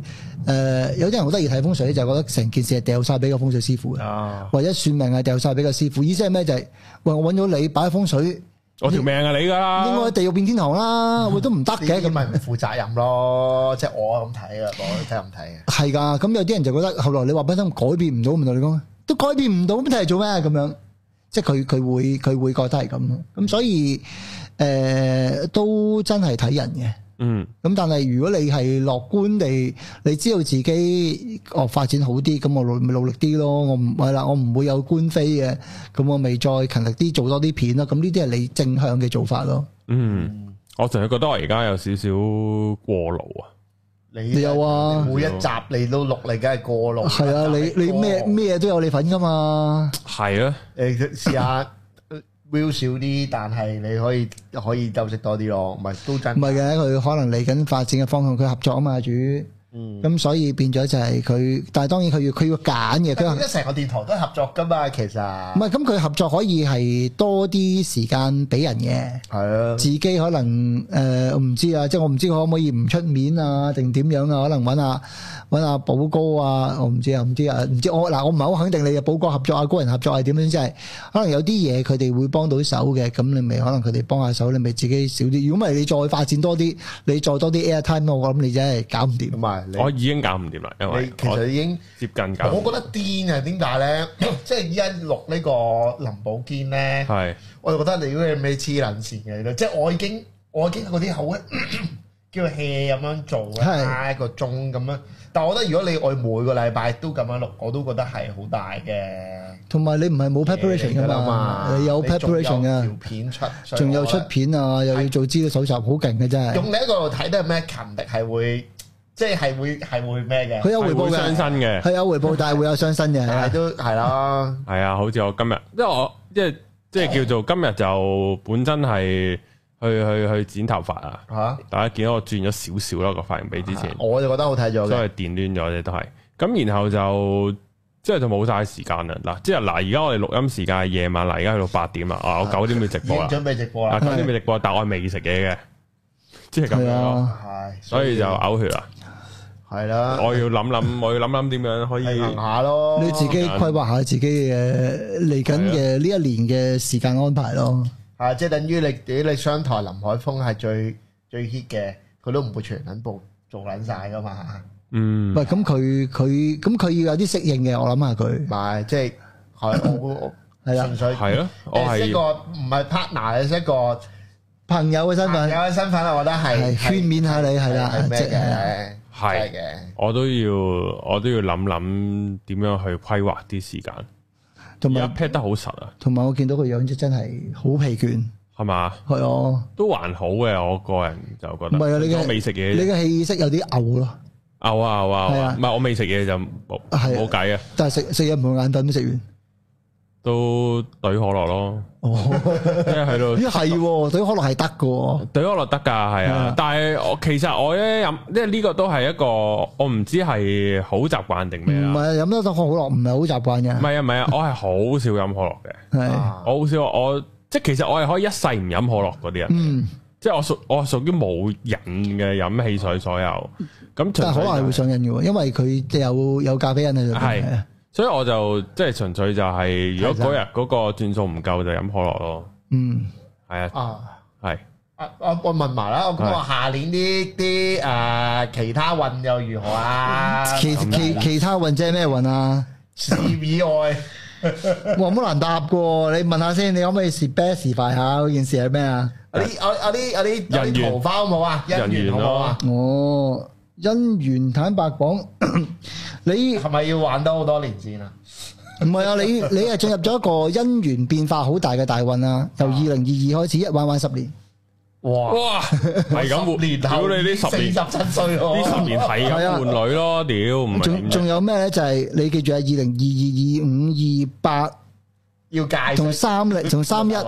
Speaker 3: 誒、有啲人好得意睇風水，就覺得成件事係掉晒俾個風水師傅嘅，
Speaker 2: 啊，
Speaker 3: 或者算命係掉晒俾個師傅。意思係咩？就係、喂我揾咗你擺風水，應
Speaker 1: 我條命係你噶啦，
Speaker 3: 該地獄變天堂啦，會都唔得
Speaker 2: 呢
Speaker 3: 嘅
Speaker 2: 啲
Speaker 3: 咁。
Speaker 2: 咪唔負責任咯，即係我咁睇啦，我睇咁睇嘅。
Speaker 3: 係㗎，咁有啲人就覺得後來你話俾心改變唔到，唔同你講，都改變唔到，咁睇嚟做咩啊咁樣？即係佢佢會佢會覺得係咁咯。咁所以誒、呃都真係睇人嘅。
Speaker 1: 嗯
Speaker 3: 咁但係如果你係樂觀地，你知道自己哦發展好啲，咁我努咪努力啲咯。我唔係啦，我唔會有官非嘅，咁我咪再勤力啲做多啲片咯。咁呢啲係你正向嘅做法咯。
Speaker 1: 嗯，我淨係覺得我而家有少少過勞啊。
Speaker 2: 你
Speaker 3: 你有啊
Speaker 2: 每一集你都錄，你梗係過錄。
Speaker 3: 係啊啊，你你咩咩都有你份㗎嘛。
Speaker 1: 系啊，
Speaker 2: 誒試下 view 少啲，但係你可以可以休息多啲咯，唔係都真
Speaker 3: 唔。係嘅，佢可能嚟緊發展嘅方向，佢合作啊嘛，主。
Speaker 2: 嗯
Speaker 1: 嗯
Speaker 3: 咁、所以變咗就係佢，但係當然佢要佢要揀嘅，佢
Speaker 2: 因
Speaker 3: 可能
Speaker 2: 為成個電台都係合作噶嘛，其實
Speaker 3: 唔係咁佢合作可以係多啲時間俾人嘅，
Speaker 2: 係啊。
Speaker 3: 自己可能誒我唔、知啊，即係我唔知佢可唔可以唔出面啊，定點樣啊？可能揾阿揾阿寶哥啊，我唔知啊，唔知啊，唔知我嗱我唔係好肯定你嘅寶哥合作啊，高人合作係點樣，即係可能有啲嘢佢哋會幫到手嘅，咁你咪可能佢哋幫下手，你咪自己少啲。如果唔係你再發展多啲，你再多啲 airtime，我諗你真係搞唔掂
Speaker 2: 同。埋你
Speaker 1: 我已經搞唔掂啦，因
Speaker 2: 你
Speaker 1: 為
Speaker 2: 其
Speaker 1: 我
Speaker 2: 實已經。
Speaker 1: 接近搞
Speaker 2: 我
Speaker 1: 唔掂，
Speaker 2: 覺得癲啊！點解咧？ 即係依家錄呢個林寶堅咧，
Speaker 1: 係
Speaker 2: 我就覺得你嗰啲咩黐撚線嘅，即係我已經我已經嗰啲好 叫 hea 咁樣做啦，一個鐘咁樣。但係我覺得如果你我每個禮拜都咁樣錄，我都覺得係好大嘅
Speaker 3: 同埋你唔係冇 preparation
Speaker 2: 嘢嚟
Speaker 3: 噶
Speaker 2: 㗎啦
Speaker 3: 嘛，你有
Speaker 2: 仲
Speaker 3: preparation
Speaker 2: 條
Speaker 3: 噶，
Speaker 2: 片出，所以
Speaker 3: 仲有
Speaker 2: 我覺
Speaker 3: 出
Speaker 2: 得
Speaker 3: 片啊，又要做資料搜集，好勁嘅真係。
Speaker 2: 用另一個角度睇都係咩勤力係會，即係係會係會咩嘅
Speaker 3: 佢？有回
Speaker 1: 係
Speaker 3: 報
Speaker 1: 會
Speaker 3: 嘅
Speaker 1: 傷，身嘅。
Speaker 3: 佢有回報，但係會有傷身嘅。係
Speaker 2: 但
Speaker 3: 啊
Speaker 2: 係都係啦，
Speaker 1: 系啊，好似我今日，因為我即係即系叫做今日就本身係去去去剪頭髮啊，
Speaker 2: 嚇
Speaker 1: 大家見到我轉咗少少啦個髮型比之前，
Speaker 2: 我就覺得好睇咗
Speaker 1: 所
Speaker 2: 嘅。
Speaker 1: 以電挛咗啫都係。咁然後就即係就冇晒時間啦。嗱，即係嗱，而家我哋錄音時間係夜晚啦，而家去到八點啦，啊，我九點要直
Speaker 2: 已
Speaker 1: 播
Speaker 2: 經
Speaker 1: 啦，
Speaker 2: 準備直播
Speaker 1: 啊
Speaker 2: 啦，
Speaker 1: 九點要直播，但我係未食嘢嘅，即係咁
Speaker 3: 係
Speaker 1: 樣咯，
Speaker 3: 啊，
Speaker 2: 係，
Speaker 1: 所以就嘔血啦。
Speaker 2: 係啦，
Speaker 1: 我要諗諗，我要諗諗點樣可
Speaker 2: 平衡
Speaker 1: 以
Speaker 2: 下咯。
Speaker 3: 你自己規劃下自己嘅嚟緊嘅呢一年嘅時間安排咯。
Speaker 2: 係即係等於你你你商台林海峰係最最 hit 嘅，佢都唔會全撚部做撚晒噶嘛，
Speaker 1: 嗯
Speaker 3: 喂，咁佢佢咁佢要有啲適應嘅，我諗下佢
Speaker 2: 咪即係係我我
Speaker 3: 係啦
Speaker 2: 純粹
Speaker 1: 係咯，我
Speaker 2: 誒
Speaker 1: 係
Speaker 2: 一個唔係 partner，係一個
Speaker 3: 朋友嘅身
Speaker 2: 朋
Speaker 3: 份
Speaker 2: 友嘅身份啦，我覺得係
Speaker 3: 係勸勉下你係啦，
Speaker 2: 係
Speaker 3: 即
Speaker 2: 咩
Speaker 3: 係係啦
Speaker 2: 嘅？
Speaker 1: 係
Speaker 2: 真嘅。
Speaker 1: 我都要，我都要諗諗點樣去規劃啲時間。
Speaker 3: 同
Speaker 1: 而家
Speaker 3: 埋
Speaker 1: pad 得好實啊，
Speaker 3: 同埋我見到佢樣真係好疲倦，
Speaker 1: 係嘛？
Speaker 3: 係啊，
Speaker 1: 都還好嘅，我個人就覺得。
Speaker 3: 唔係啊你嘅
Speaker 1: 我未食嘢
Speaker 3: 你
Speaker 1: 啫，
Speaker 3: 嘅氣息有啲嘔咯，
Speaker 1: 嘔啊嘔啊嘔
Speaker 3: 係
Speaker 1: 啊
Speaker 3: 啊！
Speaker 1: 唔係我未食嘢就冇
Speaker 3: 係啊
Speaker 1: 冇計啊，
Speaker 3: 但係食食嘢唔會眼瞓都食完。
Speaker 1: 都懟可樂咯，
Speaker 3: 哦，
Speaker 1: 即係喺度
Speaker 3: 咦係喎，對可樂係得嘅喎，
Speaker 1: 懟可樂得㗎，係
Speaker 3: 係
Speaker 1: 啊
Speaker 3: 啊。
Speaker 1: 但係我其實我咧飲，即係呢個都係一個我唔知係好習慣定咩
Speaker 3: 唔
Speaker 1: 啦。
Speaker 3: 係飲得多可樂唔係好習慣
Speaker 1: 唔
Speaker 3: 嘅，
Speaker 1: 係啊，唔係啊，我係好少飲可樂嘅，
Speaker 3: 係
Speaker 2: 啊
Speaker 1: 我好少我即係其實我係可以一世唔飲可樂嗰啲人。
Speaker 3: 嗯，
Speaker 1: 即係我屬我屬於冇癮嘅飲汽水所有，咁
Speaker 3: 但
Speaker 1: 純
Speaker 3: 係可
Speaker 1: 粹
Speaker 3: 樂係
Speaker 1: 就
Speaker 3: 會上癮嘅喎，因為佢有有咖啡因喺度。
Speaker 1: 係
Speaker 3: 係啊
Speaker 1: 所以我就即係純粹就係如果嗰日嗰個轉數唔夠就飲可樂咯，
Speaker 3: 嗯，
Speaker 1: 係啊
Speaker 2: 啊！
Speaker 1: 係
Speaker 2: 啊我我問埋啦，咁我下年啲啲誒其他運又如何啊？
Speaker 3: 其其其他運即係咩運啊？
Speaker 2: 事業以外，
Speaker 3: 哇，好難答嘅喎，你問下先，你可唔可以是 best 是快下嗰件事係咩啊？
Speaker 2: 有啲有有啲有啲有
Speaker 1: 人緣
Speaker 2: 啲桃花好冇啊？姻緣好冇啊？
Speaker 3: 哦，姻緣坦 白講，你
Speaker 2: 係咪要玩多好多年先啊？
Speaker 3: 唔係啊，你你係進入咗一個姻緣變化好大嘅大運啊！由二零二二開始一玩玩十年，
Speaker 2: 哇！
Speaker 1: 哇係咁換
Speaker 2: 年
Speaker 1: 屌
Speaker 2: 後
Speaker 1: 你呢十年
Speaker 2: 四十七歲
Speaker 1: 呢
Speaker 2: 喎，
Speaker 1: 十年係
Speaker 3: 係
Speaker 1: 咁
Speaker 3: 啊
Speaker 1: 換女咯，屌唔係
Speaker 3: 仲
Speaker 1: 點
Speaker 3: 仲
Speaker 1: 啫
Speaker 3: 有咩呢？就係、你記住係二零二二、二五、二八
Speaker 2: 要戒
Speaker 3: 同
Speaker 2: 水
Speaker 3: 三零同三一呢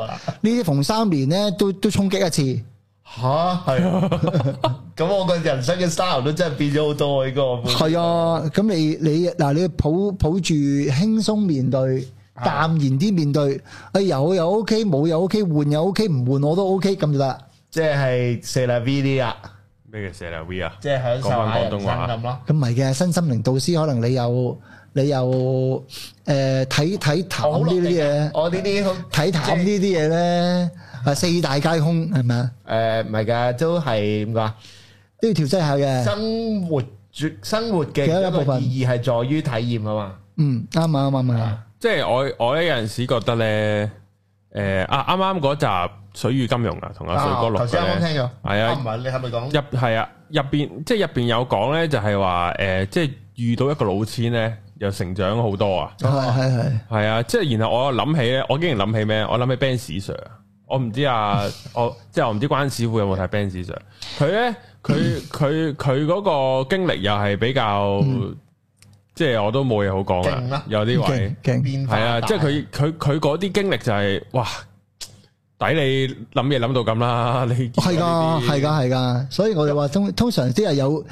Speaker 3: 啲逢三年呢，都都衝擊一次。
Speaker 2: 吓係啊。 咁我個人生嘅 style 都真係變咗好多喎，呢個會
Speaker 3: 係啊，咁你你嗱，你抱抱住輕鬆面對，
Speaker 2: 啊
Speaker 3: 淡然啲面對，哎有又 OK，冇又 OK，換又 OK，唔換我都 OK 咁就得。
Speaker 2: 即係四啦 V 啲啊，
Speaker 1: 咩嘅 s e l V 啊？
Speaker 2: 即係享受
Speaker 1: 講
Speaker 2: 下
Speaker 1: 返廣
Speaker 2: 人
Speaker 1: 東
Speaker 2: 生
Speaker 1: 話
Speaker 2: 咁咯。
Speaker 3: 咁唔係嘅，身心靈導師可能你有你有誒睇睇淡
Speaker 2: 我好落力
Speaker 3: 啲呢啲嘢，
Speaker 2: 我呢啲好
Speaker 3: 睇淡呢啲嘢咧，啊四大皆空係咪啊？
Speaker 2: 誒唔係㗎，都係點講啊？
Speaker 3: 都要調劑下嘅。
Speaker 2: 生活絕生活嘅
Speaker 3: 其中一
Speaker 2: 一
Speaker 3: 部
Speaker 2: 個
Speaker 3: 分
Speaker 2: 意義係在於體驗啊嘛。
Speaker 3: 嗯，啱啊，啱啊啱啊，
Speaker 1: 即係我我咧有陣時覺得咧，誒啊啱啱嗰集水與金融啊，同阿水哥
Speaker 2: 頭
Speaker 1: 錄
Speaker 2: 先啱啱
Speaker 1: 嘅
Speaker 2: 聽
Speaker 1: 咧
Speaker 2: 咗，
Speaker 1: 係啊
Speaker 2: 唔係你係咪講？
Speaker 1: 入係啊入邊即係入邊有講咧，就係話誒即係遇到一個老千咧，又成長好多啊！
Speaker 3: 係係係，
Speaker 1: 系啊，即系然後我又諗起咧，我竟然諗起咩？我諗起 Ben Sir，啊我唔知啊， 我即系我唔知關師傅有冇睇 Ben Sir，佢咧佢佢佢嗰個經歷又係比較，即系我都冇嘢好講
Speaker 2: 嗯勁
Speaker 1: 啦
Speaker 2: 啦，
Speaker 1: 有啲位
Speaker 3: 勁勁，
Speaker 2: 變化
Speaker 1: 係啊，
Speaker 2: 大
Speaker 1: 即係佢佢佢嗰啲經歷就係哇，抵你諗嘢諗到咁啦， 你見過
Speaker 3: 係
Speaker 1: 呢
Speaker 3: 噶，
Speaker 1: 啲
Speaker 3: 係噶，，係噶，所以我哋話通通常啲係有有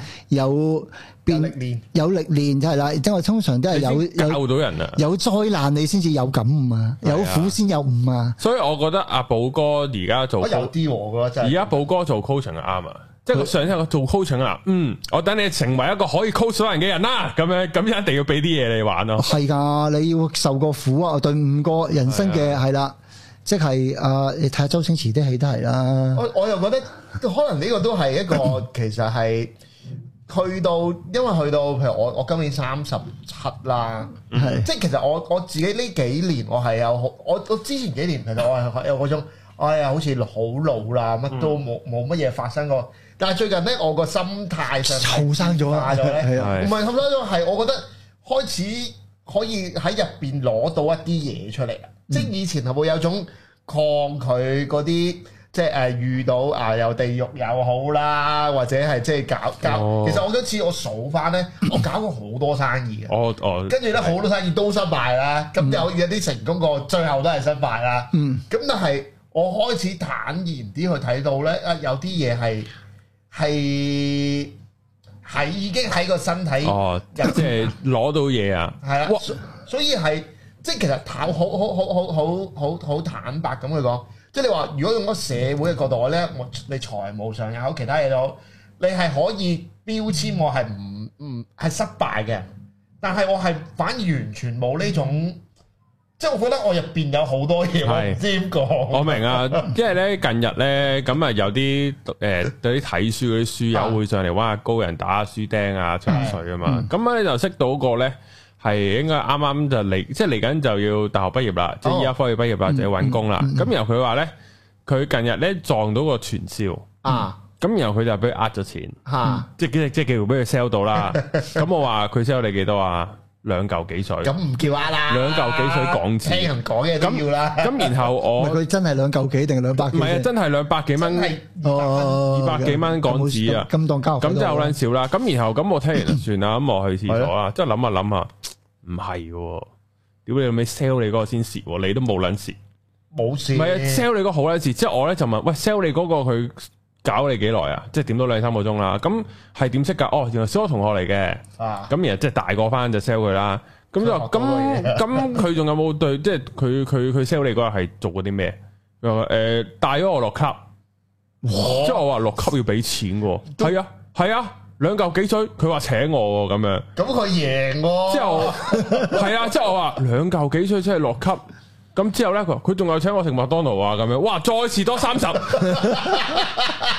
Speaker 2: 有
Speaker 3: 變
Speaker 2: 歷練，
Speaker 3: 有歷練就係啦，即係我通常都係有
Speaker 1: 你先
Speaker 3: 有
Speaker 1: 教到人啊！
Speaker 3: 有災難你先至有感悟啊，有苦先有悟啊，
Speaker 1: 所以我覺得阿寶哥而家做
Speaker 2: 我有
Speaker 1: co-
Speaker 2: 啲喎我覺得
Speaker 1: 而
Speaker 2: 真係。
Speaker 1: 家寶哥做 coaching 係啱啊！即係上一個做 coaching 啊，嗯，我等你成為一個可以 coach 到人嘅人啦，咁樣咁一定要俾啲嘢你玩咯。
Speaker 3: 係噶，你要受過苦啊，對悟過人生嘅
Speaker 1: 啊
Speaker 3: 係啦，即係啊，你睇下周星馳啲戲都係啦，
Speaker 2: 我我又覺得可能呢個都 係一個其實係去到，因為去到譬如我我今年三十七啦，
Speaker 3: 係
Speaker 2: 即係其實我我自己呢幾年我係有好，我我之前幾年其實我係有嗰種，哎呀好似好老啦，乜都冇
Speaker 3: 嗯
Speaker 2: 冇乜嘢發生過。但係最近呢，我個心態上係
Speaker 3: 後生咗啊，
Speaker 2: 化咗
Speaker 3: 係
Speaker 2: 咧，
Speaker 3: 啊，
Speaker 1: 係
Speaker 2: 唔係咁多咗，係我覺得開始可以喺入邊攞到一啲嘢出嚟啦。
Speaker 1: 嗯
Speaker 2: 即係以前係會有種抗拒嗰啲，即係誒遇到啊又地獄又好啦，或者係即係搞搞。
Speaker 1: 哦
Speaker 2: 其實我今次我數翻咧，我搞過好多生意嘅。
Speaker 1: 我我
Speaker 2: 跟住咧好多生意都失敗啦，咁有有啲成功過，最後都係失敗啦。
Speaker 3: 嗯，
Speaker 2: 咁但係我開始坦然啲去睇到咧，啊有啲嘢係係係已經喺個身體，
Speaker 1: 哦，即
Speaker 2: 入
Speaker 1: 係攞到嘢啊！
Speaker 2: 係啦
Speaker 1: 哇，
Speaker 2: 所所以係即係其實坦好好好好好好好坦白咁去講，即係你話如果用個社會嘅角度咧，我你財務上又好，其他嘢都好，你係可以標籤我係唔唔係失敗嘅，但係我係反而完全冇呢種，即係我覺得我入邊有好多嘢，我唔
Speaker 1: 係
Speaker 2: 知點講。
Speaker 1: 我明 啊，因為咧近日咧咁啊有啲誒對啲睇書嗰啲書友會上嚟玩下高人打下書釘啊吹水啊
Speaker 2: 嗯
Speaker 1: 嘛，咁咧就識到個咧係應該啱啱就嚟，即係嚟緊就要大學畢業
Speaker 2: 哦
Speaker 1: 啦，即係依家科要畢業啦，就要揾工啦。
Speaker 2: 嗯
Speaker 1: 咁然後佢話咧，佢近日咧撞到個傳銷，
Speaker 2: 啊
Speaker 1: 咁然後佢就俾佢呃咗錢，
Speaker 2: 嚇，
Speaker 1: 即係即係即係叫俾佢 sell 到 啦。咁我話佢 sell 你幾多啊？兩嚿幾水。
Speaker 2: 咁唔叫呃啦，
Speaker 1: 兩嚿幾水港紙
Speaker 2: 聽人講嘅都要啦，
Speaker 1: 咁然後我
Speaker 3: 咪
Speaker 1: 唔
Speaker 3: 佢真係兩嚿幾定兩百幾
Speaker 1: 係啊，
Speaker 3: 先？
Speaker 1: 真係兩百幾蚊
Speaker 2: 真。係
Speaker 3: 哦，
Speaker 1: 200幾蚊港紙啊
Speaker 3: 咁當交
Speaker 1: 咁就好撚少啦。咁然後咁我聽完就算啦，咁我去廁所啊啦，即係諗下諗下，唔係嘅，屌你老味 sell 你嗰個先蝕喎，你都冇撚蝕。
Speaker 2: 冇事。
Speaker 1: 唔係啊 sell 你嗰個好撚蝕，即係我咧就問，喂 sell 你嗰個佢搞你幾耐啊？即係點到兩三個鐘啦。咁係點識㗎？哦，原來小學同學嚟嘅。
Speaker 2: 啊，
Speaker 1: 咁然後即係大個翻就 sell 佢啦。咁就話
Speaker 2: 佢學到
Speaker 1: 咁
Speaker 2: 嘢
Speaker 1: 咁佢仲有冇對即係佢佢佢 sell 你嗰日係做過啲咩？佢話誒帶咗我落級。
Speaker 2: 哦
Speaker 1: 即係我話落級要俾錢喎，係啊係啊，兩嚿幾水，佢話請我喎咁樣，
Speaker 2: 咁佢贏喎。
Speaker 1: 之後係啊，之後我話兩嚿幾水先係落級，咁之後咧佢話佢仲有請我食麥當勞啊咁樣，哇再遲多三十，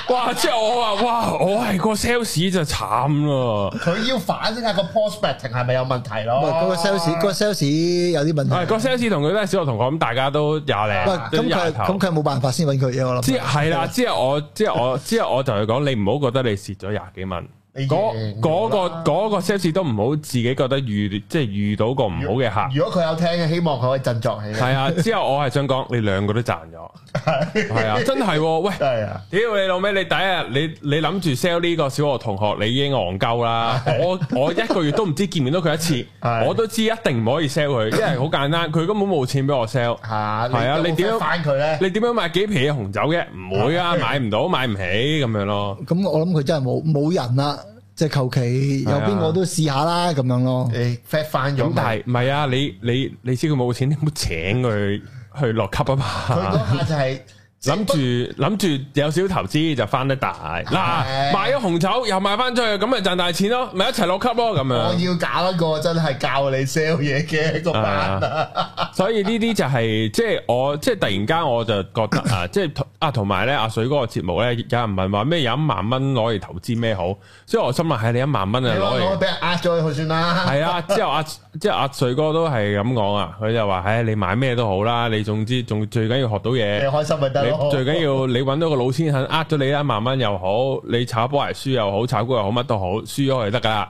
Speaker 1: 哇之後我話哇我係個 sales 就慘咯，
Speaker 2: 佢要反省下個 prospecting 係咪有問題咯？
Speaker 3: 喂，嗰個 sales 嗰個 sales 有啲問
Speaker 1: 啊係
Speaker 3: 題。
Speaker 1: 個 sales 同佢都係小學同學，咁大家都廿
Speaker 3: 喂，
Speaker 1: 零，都
Speaker 3: 咁佢
Speaker 1: 廿頭
Speaker 3: 咁佢冇辦法先揾佢嘅，
Speaker 2: 啊
Speaker 3: 我諗。
Speaker 1: 之係啦，之後我之後我 之後我同佢講，你唔好覺得你蝕咗廿幾蚊。
Speaker 2: 你
Speaker 1: 嗰
Speaker 2: 贏
Speaker 1: 嗰
Speaker 2: 咗
Speaker 1: 個
Speaker 2: 啦
Speaker 1: 嗰個 sales 都唔好自己覺得遇即係遇到個唔好嘅客，
Speaker 2: 如果佢有聽嘅，希望佢可以振作起嚟。
Speaker 1: 係啊。之後我係想講，你兩個都賺咗， 係啊，真係喎喂。
Speaker 2: 真係啊！
Speaker 1: 屌你老味，你第一日你你諗住 sell 呢個小學同學，你已經戇鳩啦。我我一個月都唔知見唔見到佢一次，
Speaker 2: 係
Speaker 1: 我都知一定唔可以 sell 佢，因為好簡單，佢根本冇錢俾我 sell。
Speaker 2: 嚇，
Speaker 1: 係啊你點樣
Speaker 2: 翻佢咧？
Speaker 1: 你點樣買幾皮嘅紅酒嘅？唔會啊，買唔到，買唔起咁樣咯。
Speaker 3: 咁我諗佢真係冇冇人啦，即係求其有
Speaker 1: 啊
Speaker 3: 邊個都試下啦，咁樣咯。
Speaker 2: 你 fat 翻咗
Speaker 1: 咁
Speaker 2: 咪，
Speaker 1: 但係唔係啊？你你你知佢冇錢，你唔好請佢去落級啊
Speaker 2: 佢
Speaker 1: 嘛。
Speaker 2: 嗰下 就係
Speaker 1: 諗住諗住有少少投資就翻得大，嗱
Speaker 2: 係
Speaker 1: 買咗紅酒又賣翻出去，咁咪賺大錢咯，咪一齊落級咯咁
Speaker 2: 我
Speaker 1: 樣。
Speaker 2: 要搞一個真係教你 sell 嘢嘅一個班啊！
Speaker 1: 所以呢啲就係即係我即係突然間我就覺得啊，即係啊同埋咧阿水嗰個節目咧，有人問話咩有一萬蚊攞嚟投資咩好，所以我心諗係你一萬蚊啊
Speaker 2: 你
Speaker 1: 攞
Speaker 2: 攞
Speaker 1: 嚟
Speaker 2: 我。俾人呃咗佢算啦。
Speaker 1: 系啊，之後阿之後阿水哥都係咁講啊，佢就話：，唉，你買咩都好啦，你總之仲最緊要學到
Speaker 2: 你
Speaker 1: 嘢，
Speaker 2: 開心咪得
Speaker 3: 哦
Speaker 1: 你
Speaker 2: 咯。
Speaker 1: 最緊 要你揾到個老先肯呃咗你啦，萬蚊又好，你炒波鞋輸又好，炒股又好，乜都好，輸咗佢就得噶啦。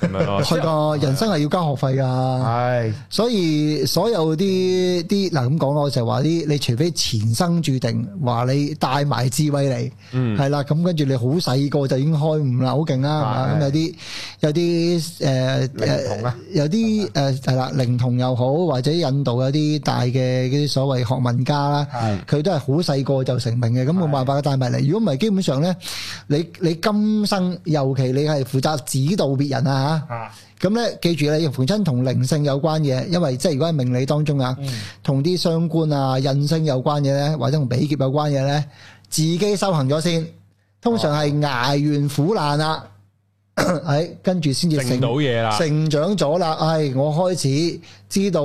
Speaker 1: 咁樣
Speaker 2: 哦
Speaker 1: 咯。
Speaker 3: 係噶，人生係要交學費噶，
Speaker 2: 係
Speaker 3: 所以所有啲啲嗱咁講咯，就係話啲你除非前生注定，話你帶埋智慧嚟，
Speaker 1: 嗯
Speaker 3: 係啦，咁跟住你好細個就已經開悟啦，好勁啦，係嘛
Speaker 2: 係
Speaker 3: 咁有啲有啲誒
Speaker 2: 靈童啊
Speaker 3: 有啲誒係啦，靈童又好，或者印度有啲大嘅嗰啲所謂學問家啦。
Speaker 2: 係
Speaker 3: 佢都係好細個就成名嘅，咁冇辦法帶埋嚟。如果唔係，基本上咧，你你今生，尤其你係負責指導別人啊
Speaker 2: 啊
Speaker 3: 嚇，咁咧記住咧，逢親同靈性有關嘢，因為即係如果係命理當中啊，
Speaker 1: 嗯
Speaker 3: 同啲相關啊、印星有關嘢咧，或者同比劫有關嘢咧，自己修行咗先，通常係捱完苦難 啦，喺跟住先至
Speaker 1: 整
Speaker 3: 成
Speaker 1: 到啊嘢啦，
Speaker 3: 成長咗啦，唉，我開始知道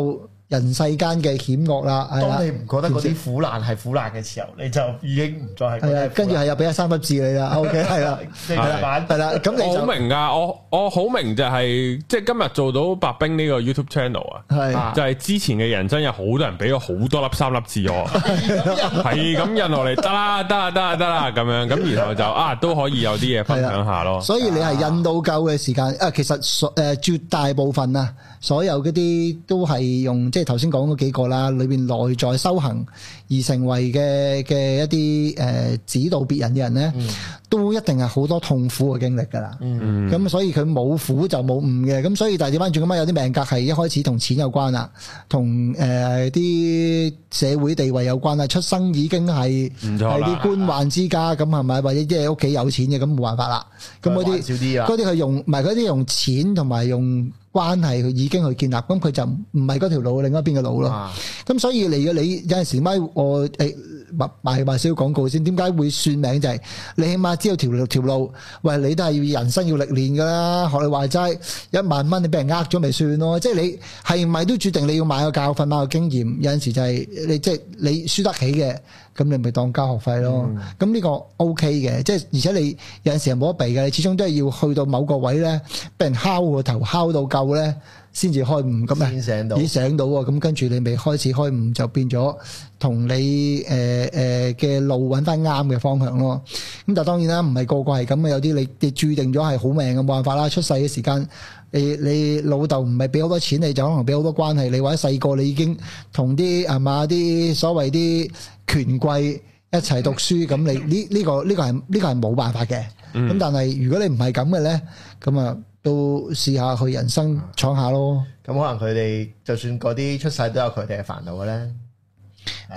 Speaker 3: 人世間嘅險惡啦，係啦
Speaker 2: 當。你唔覺得嗰啲苦難係苦難嘅時候，你就已經唔再係
Speaker 3: 系啊，跟住係又俾咗三粒字你啦，OK，係啦，
Speaker 2: 你慢慢
Speaker 3: 係啦，咁你
Speaker 1: 我好
Speaker 3: 就
Speaker 1: 明噶，我我好明就係即係今日做到白冰呢個 YouTube channel 啊。
Speaker 3: 係
Speaker 2: 啊
Speaker 1: 就係之前嘅人真有好多人俾咗好多粒三粒字 我，係咁印落嚟，得啦得啦得啦得啦咁樣，咁然後就啊都可以有啲嘢分享下咯。
Speaker 3: 所以你係印到夠嘅時間啊，其實所誒絕大部分啊，所有嗰啲都係用即係頭先講嗰幾個啦，裏邊內在修行而成為嘅嘅一啲誒、呃指導別人嘅人咧，都一定係好多痛苦嘅經歷㗎啦。咁、所以佢冇苦就冇悟嘅，咁所以但係點翻轉咁啊，有啲命格係一開始同錢有關啦，同誒啲社會地位有關啦，出生已經係
Speaker 1: 唔錯
Speaker 3: 係
Speaker 1: 啦
Speaker 3: 啲官宦之家咁係咪？或者即係屋企有錢嘅咁冇辦法啦。咁嗰
Speaker 2: 還少啲
Speaker 3: 啲
Speaker 2: 啊
Speaker 3: 嗰啲佢用唔係嗰啲用錢同埋用關係去已經去建立，咁佢就唔係嗰條路，另一邊嘅路咯。
Speaker 2: 啊
Speaker 3: 咁所以你你有陣時咪我誒賣賣賣少廣告先，點解會算命就係、你起碼知道條路條路，喂你都係要人生要歷練㗎啦。學你話齋一萬蚊你俾人呃咗咪算咯，即係你係咪都注定你要買個教訓買個經驗？有陣時就係、你即係你輸得起嘅，咁你咪當交學費咯。咁呢、個 OK 嘅，即係而且你有陣時係冇得避嘅，你始終都係要去到某個位咧，俾人敲個頭敲到夠咧，先至開悟咁啊！
Speaker 2: 先醒到
Speaker 3: 咦醒到喎，咁跟住你咪開始開悟，就變咗同你誒誒嘅路揾翻啱嘅方向咯。咁但係當然啦，唔係個個係咁嘅，有啲你你注定咗係好命嘅，冇辦法啦。出世嘅時間，你你老豆唔係俾好多錢你，就可能俾好多關係你，或者細個你已經同啲係嘛啲所謂啲權貴。一齊讀書咁，你呢呢、個呢、個係呢、個係冇辦法嘅。咁、但係如果你唔係咁嘅咧，咁啊都試下去人生闖下咯。
Speaker 2: 咁可能佢哋就算嗰啲出世都有佢哋嘅煩惱嘅咧，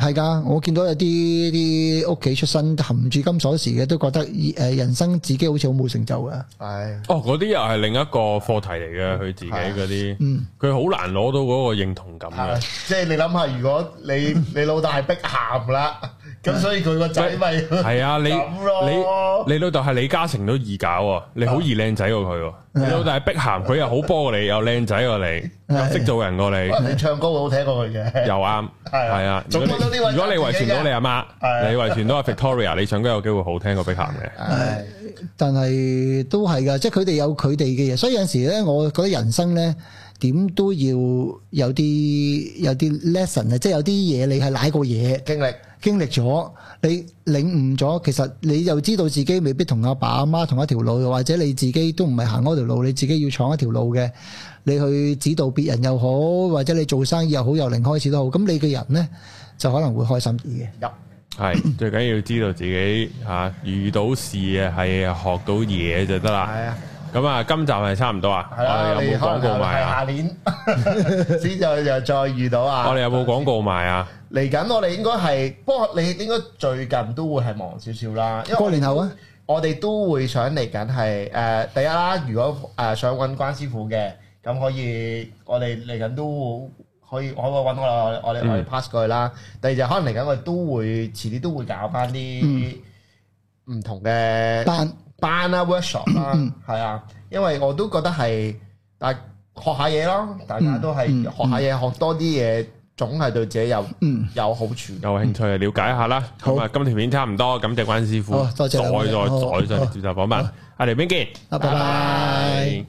Speaker 3: 係㗎，我見到有啲啲屋企出身含住金鎖匙嘅，都覺得誒人生自己好似好冇成就㗎。
Speaker 2: 係
Speaker 1: 哦，嗰啲又係另一個課題嚟嘅，佢自己嗰
Speaker 2: 嗯
Speaker 1: 啲，佢好難攞到嗰個認同感啊
Speaker 2: 係
Speaker 1: 嘅。
Speaker 2: 即係你諗下，如果你你老大係逼喊啦，咁所以佢個仔咪
Speaker 1: 係啊，你
Speaker 2: 咁咯
Speaker 1: 你你老豆係李嘉誠都易搞喎，你好易靚仔過佢
Speaker 2: 啊
Speaker 1: 喎。你老豆係碧咸，佢又好波過你，又靚仔過你，又識做人過你，
Speaker 2: 可能 你唱歌會好聽過佢嘅，
Speaker 1: 又啱。
Speaker 2: 係啊
Speaker 1: 係啊，如
Speaker 2: 總
Speaker 1: 果
Speaker 2: 覺得
Speaker 1: 你
Speaker 2: 呢位
Speaker 1: 如果你
Speaker 2: 就
Speaker 1: 遺
Speaker 2: 係自己
Speaker 1: 傳到
Speaker 2: 嘅
Speaker 1: 你阿媽，
Speaker 2: 係啊
Speaker 1: 你遺傳到阿 Victoria，你唱歌有機會好聽過碧咸嘅。
Speaker 2: 係
Speaker 3: 但係都係㗎，即係佢哋有佢哋嘅嘢，所以有陣時咧，我覺得人生咧點都要有啲有啲 lesson 啊，即係有啲嘢你係舐過嘢。
Speaker 2: 經歷
Speaker 3: 經歷咗，你領悟咗，其實你又知道自己未必同阿爸阿媽同一條路，又或者你自己都唔係行嗰條路，你自己要闖一條路嘅，你去指導別人又好，或者你做生意又好，由零開始都好，咁你嘅人呢，就可能會開心啲嘅。
Speaker 2: 入
Speaker 1: 係最緊要知道自己吓、啊遇到事啊，係學到嘢就得啦。
Speaker 2: 係啊。
Speaker 1: 咁啊，今集係差唔多啊。我
Speaker 2: 係啦，
Speaker 1: 哋有
Speaker 2: 你
Speaker 1: 冇
Speaker 2: 可
Speaker 1: 廣
Speaker 2: 能
Speaker 1: 告賣
Speaker 2: 係下
Speaker 1: 啊？
Speaker 2: 年 先就又再遇到啊！
Speaker 1: 我哋有冇廣告賣啊？
Speaker 2: 嚟緊？我哋應該係，不過你應該最近都會係忙少少啦。因為
Speaker 3: 過年後啊，
Speaker 2: 我哋都會想嚟緊係誒第一啦，如果誒、呃想揾關師傅嘅，咁可以我哋嚟緊都可以可以揾我啦，我哋
Speaker 3: 嗯
Speaker 2: 我哋 pass 過去啦。第二就可能嚟緊我哋都會遲啲都會搞翻啲
Speaker 3: 嗯
Speaker 2: 唔同嘅
Speaker 3: 班
Speaker 2: 班啦、workshop 啊啦，
Speaker 3: 嗯
Speaker 2: 係啊，因為我都覺得係大學下嘢咯，大家都係
Speaker 3: 嗯嗯
Speaker 2: 學下嘢，學多啲嘢，總係對自己有
Speaker 3: 嗯
Speaker 2: 有好處。
Speaker 1: 有興趣了解下啦。
Speaker 3: 好哦
Speaker 1: 咁啊，今條片差唔多，感謝關師傅，
Speaker 3: 好多謝兩位好
Speaker 1: 再再
Speaker 3: 好
Speaker 1: 再上嚟接受訪問。阿黎邊見，
Speaker 3: 啊，拜拜。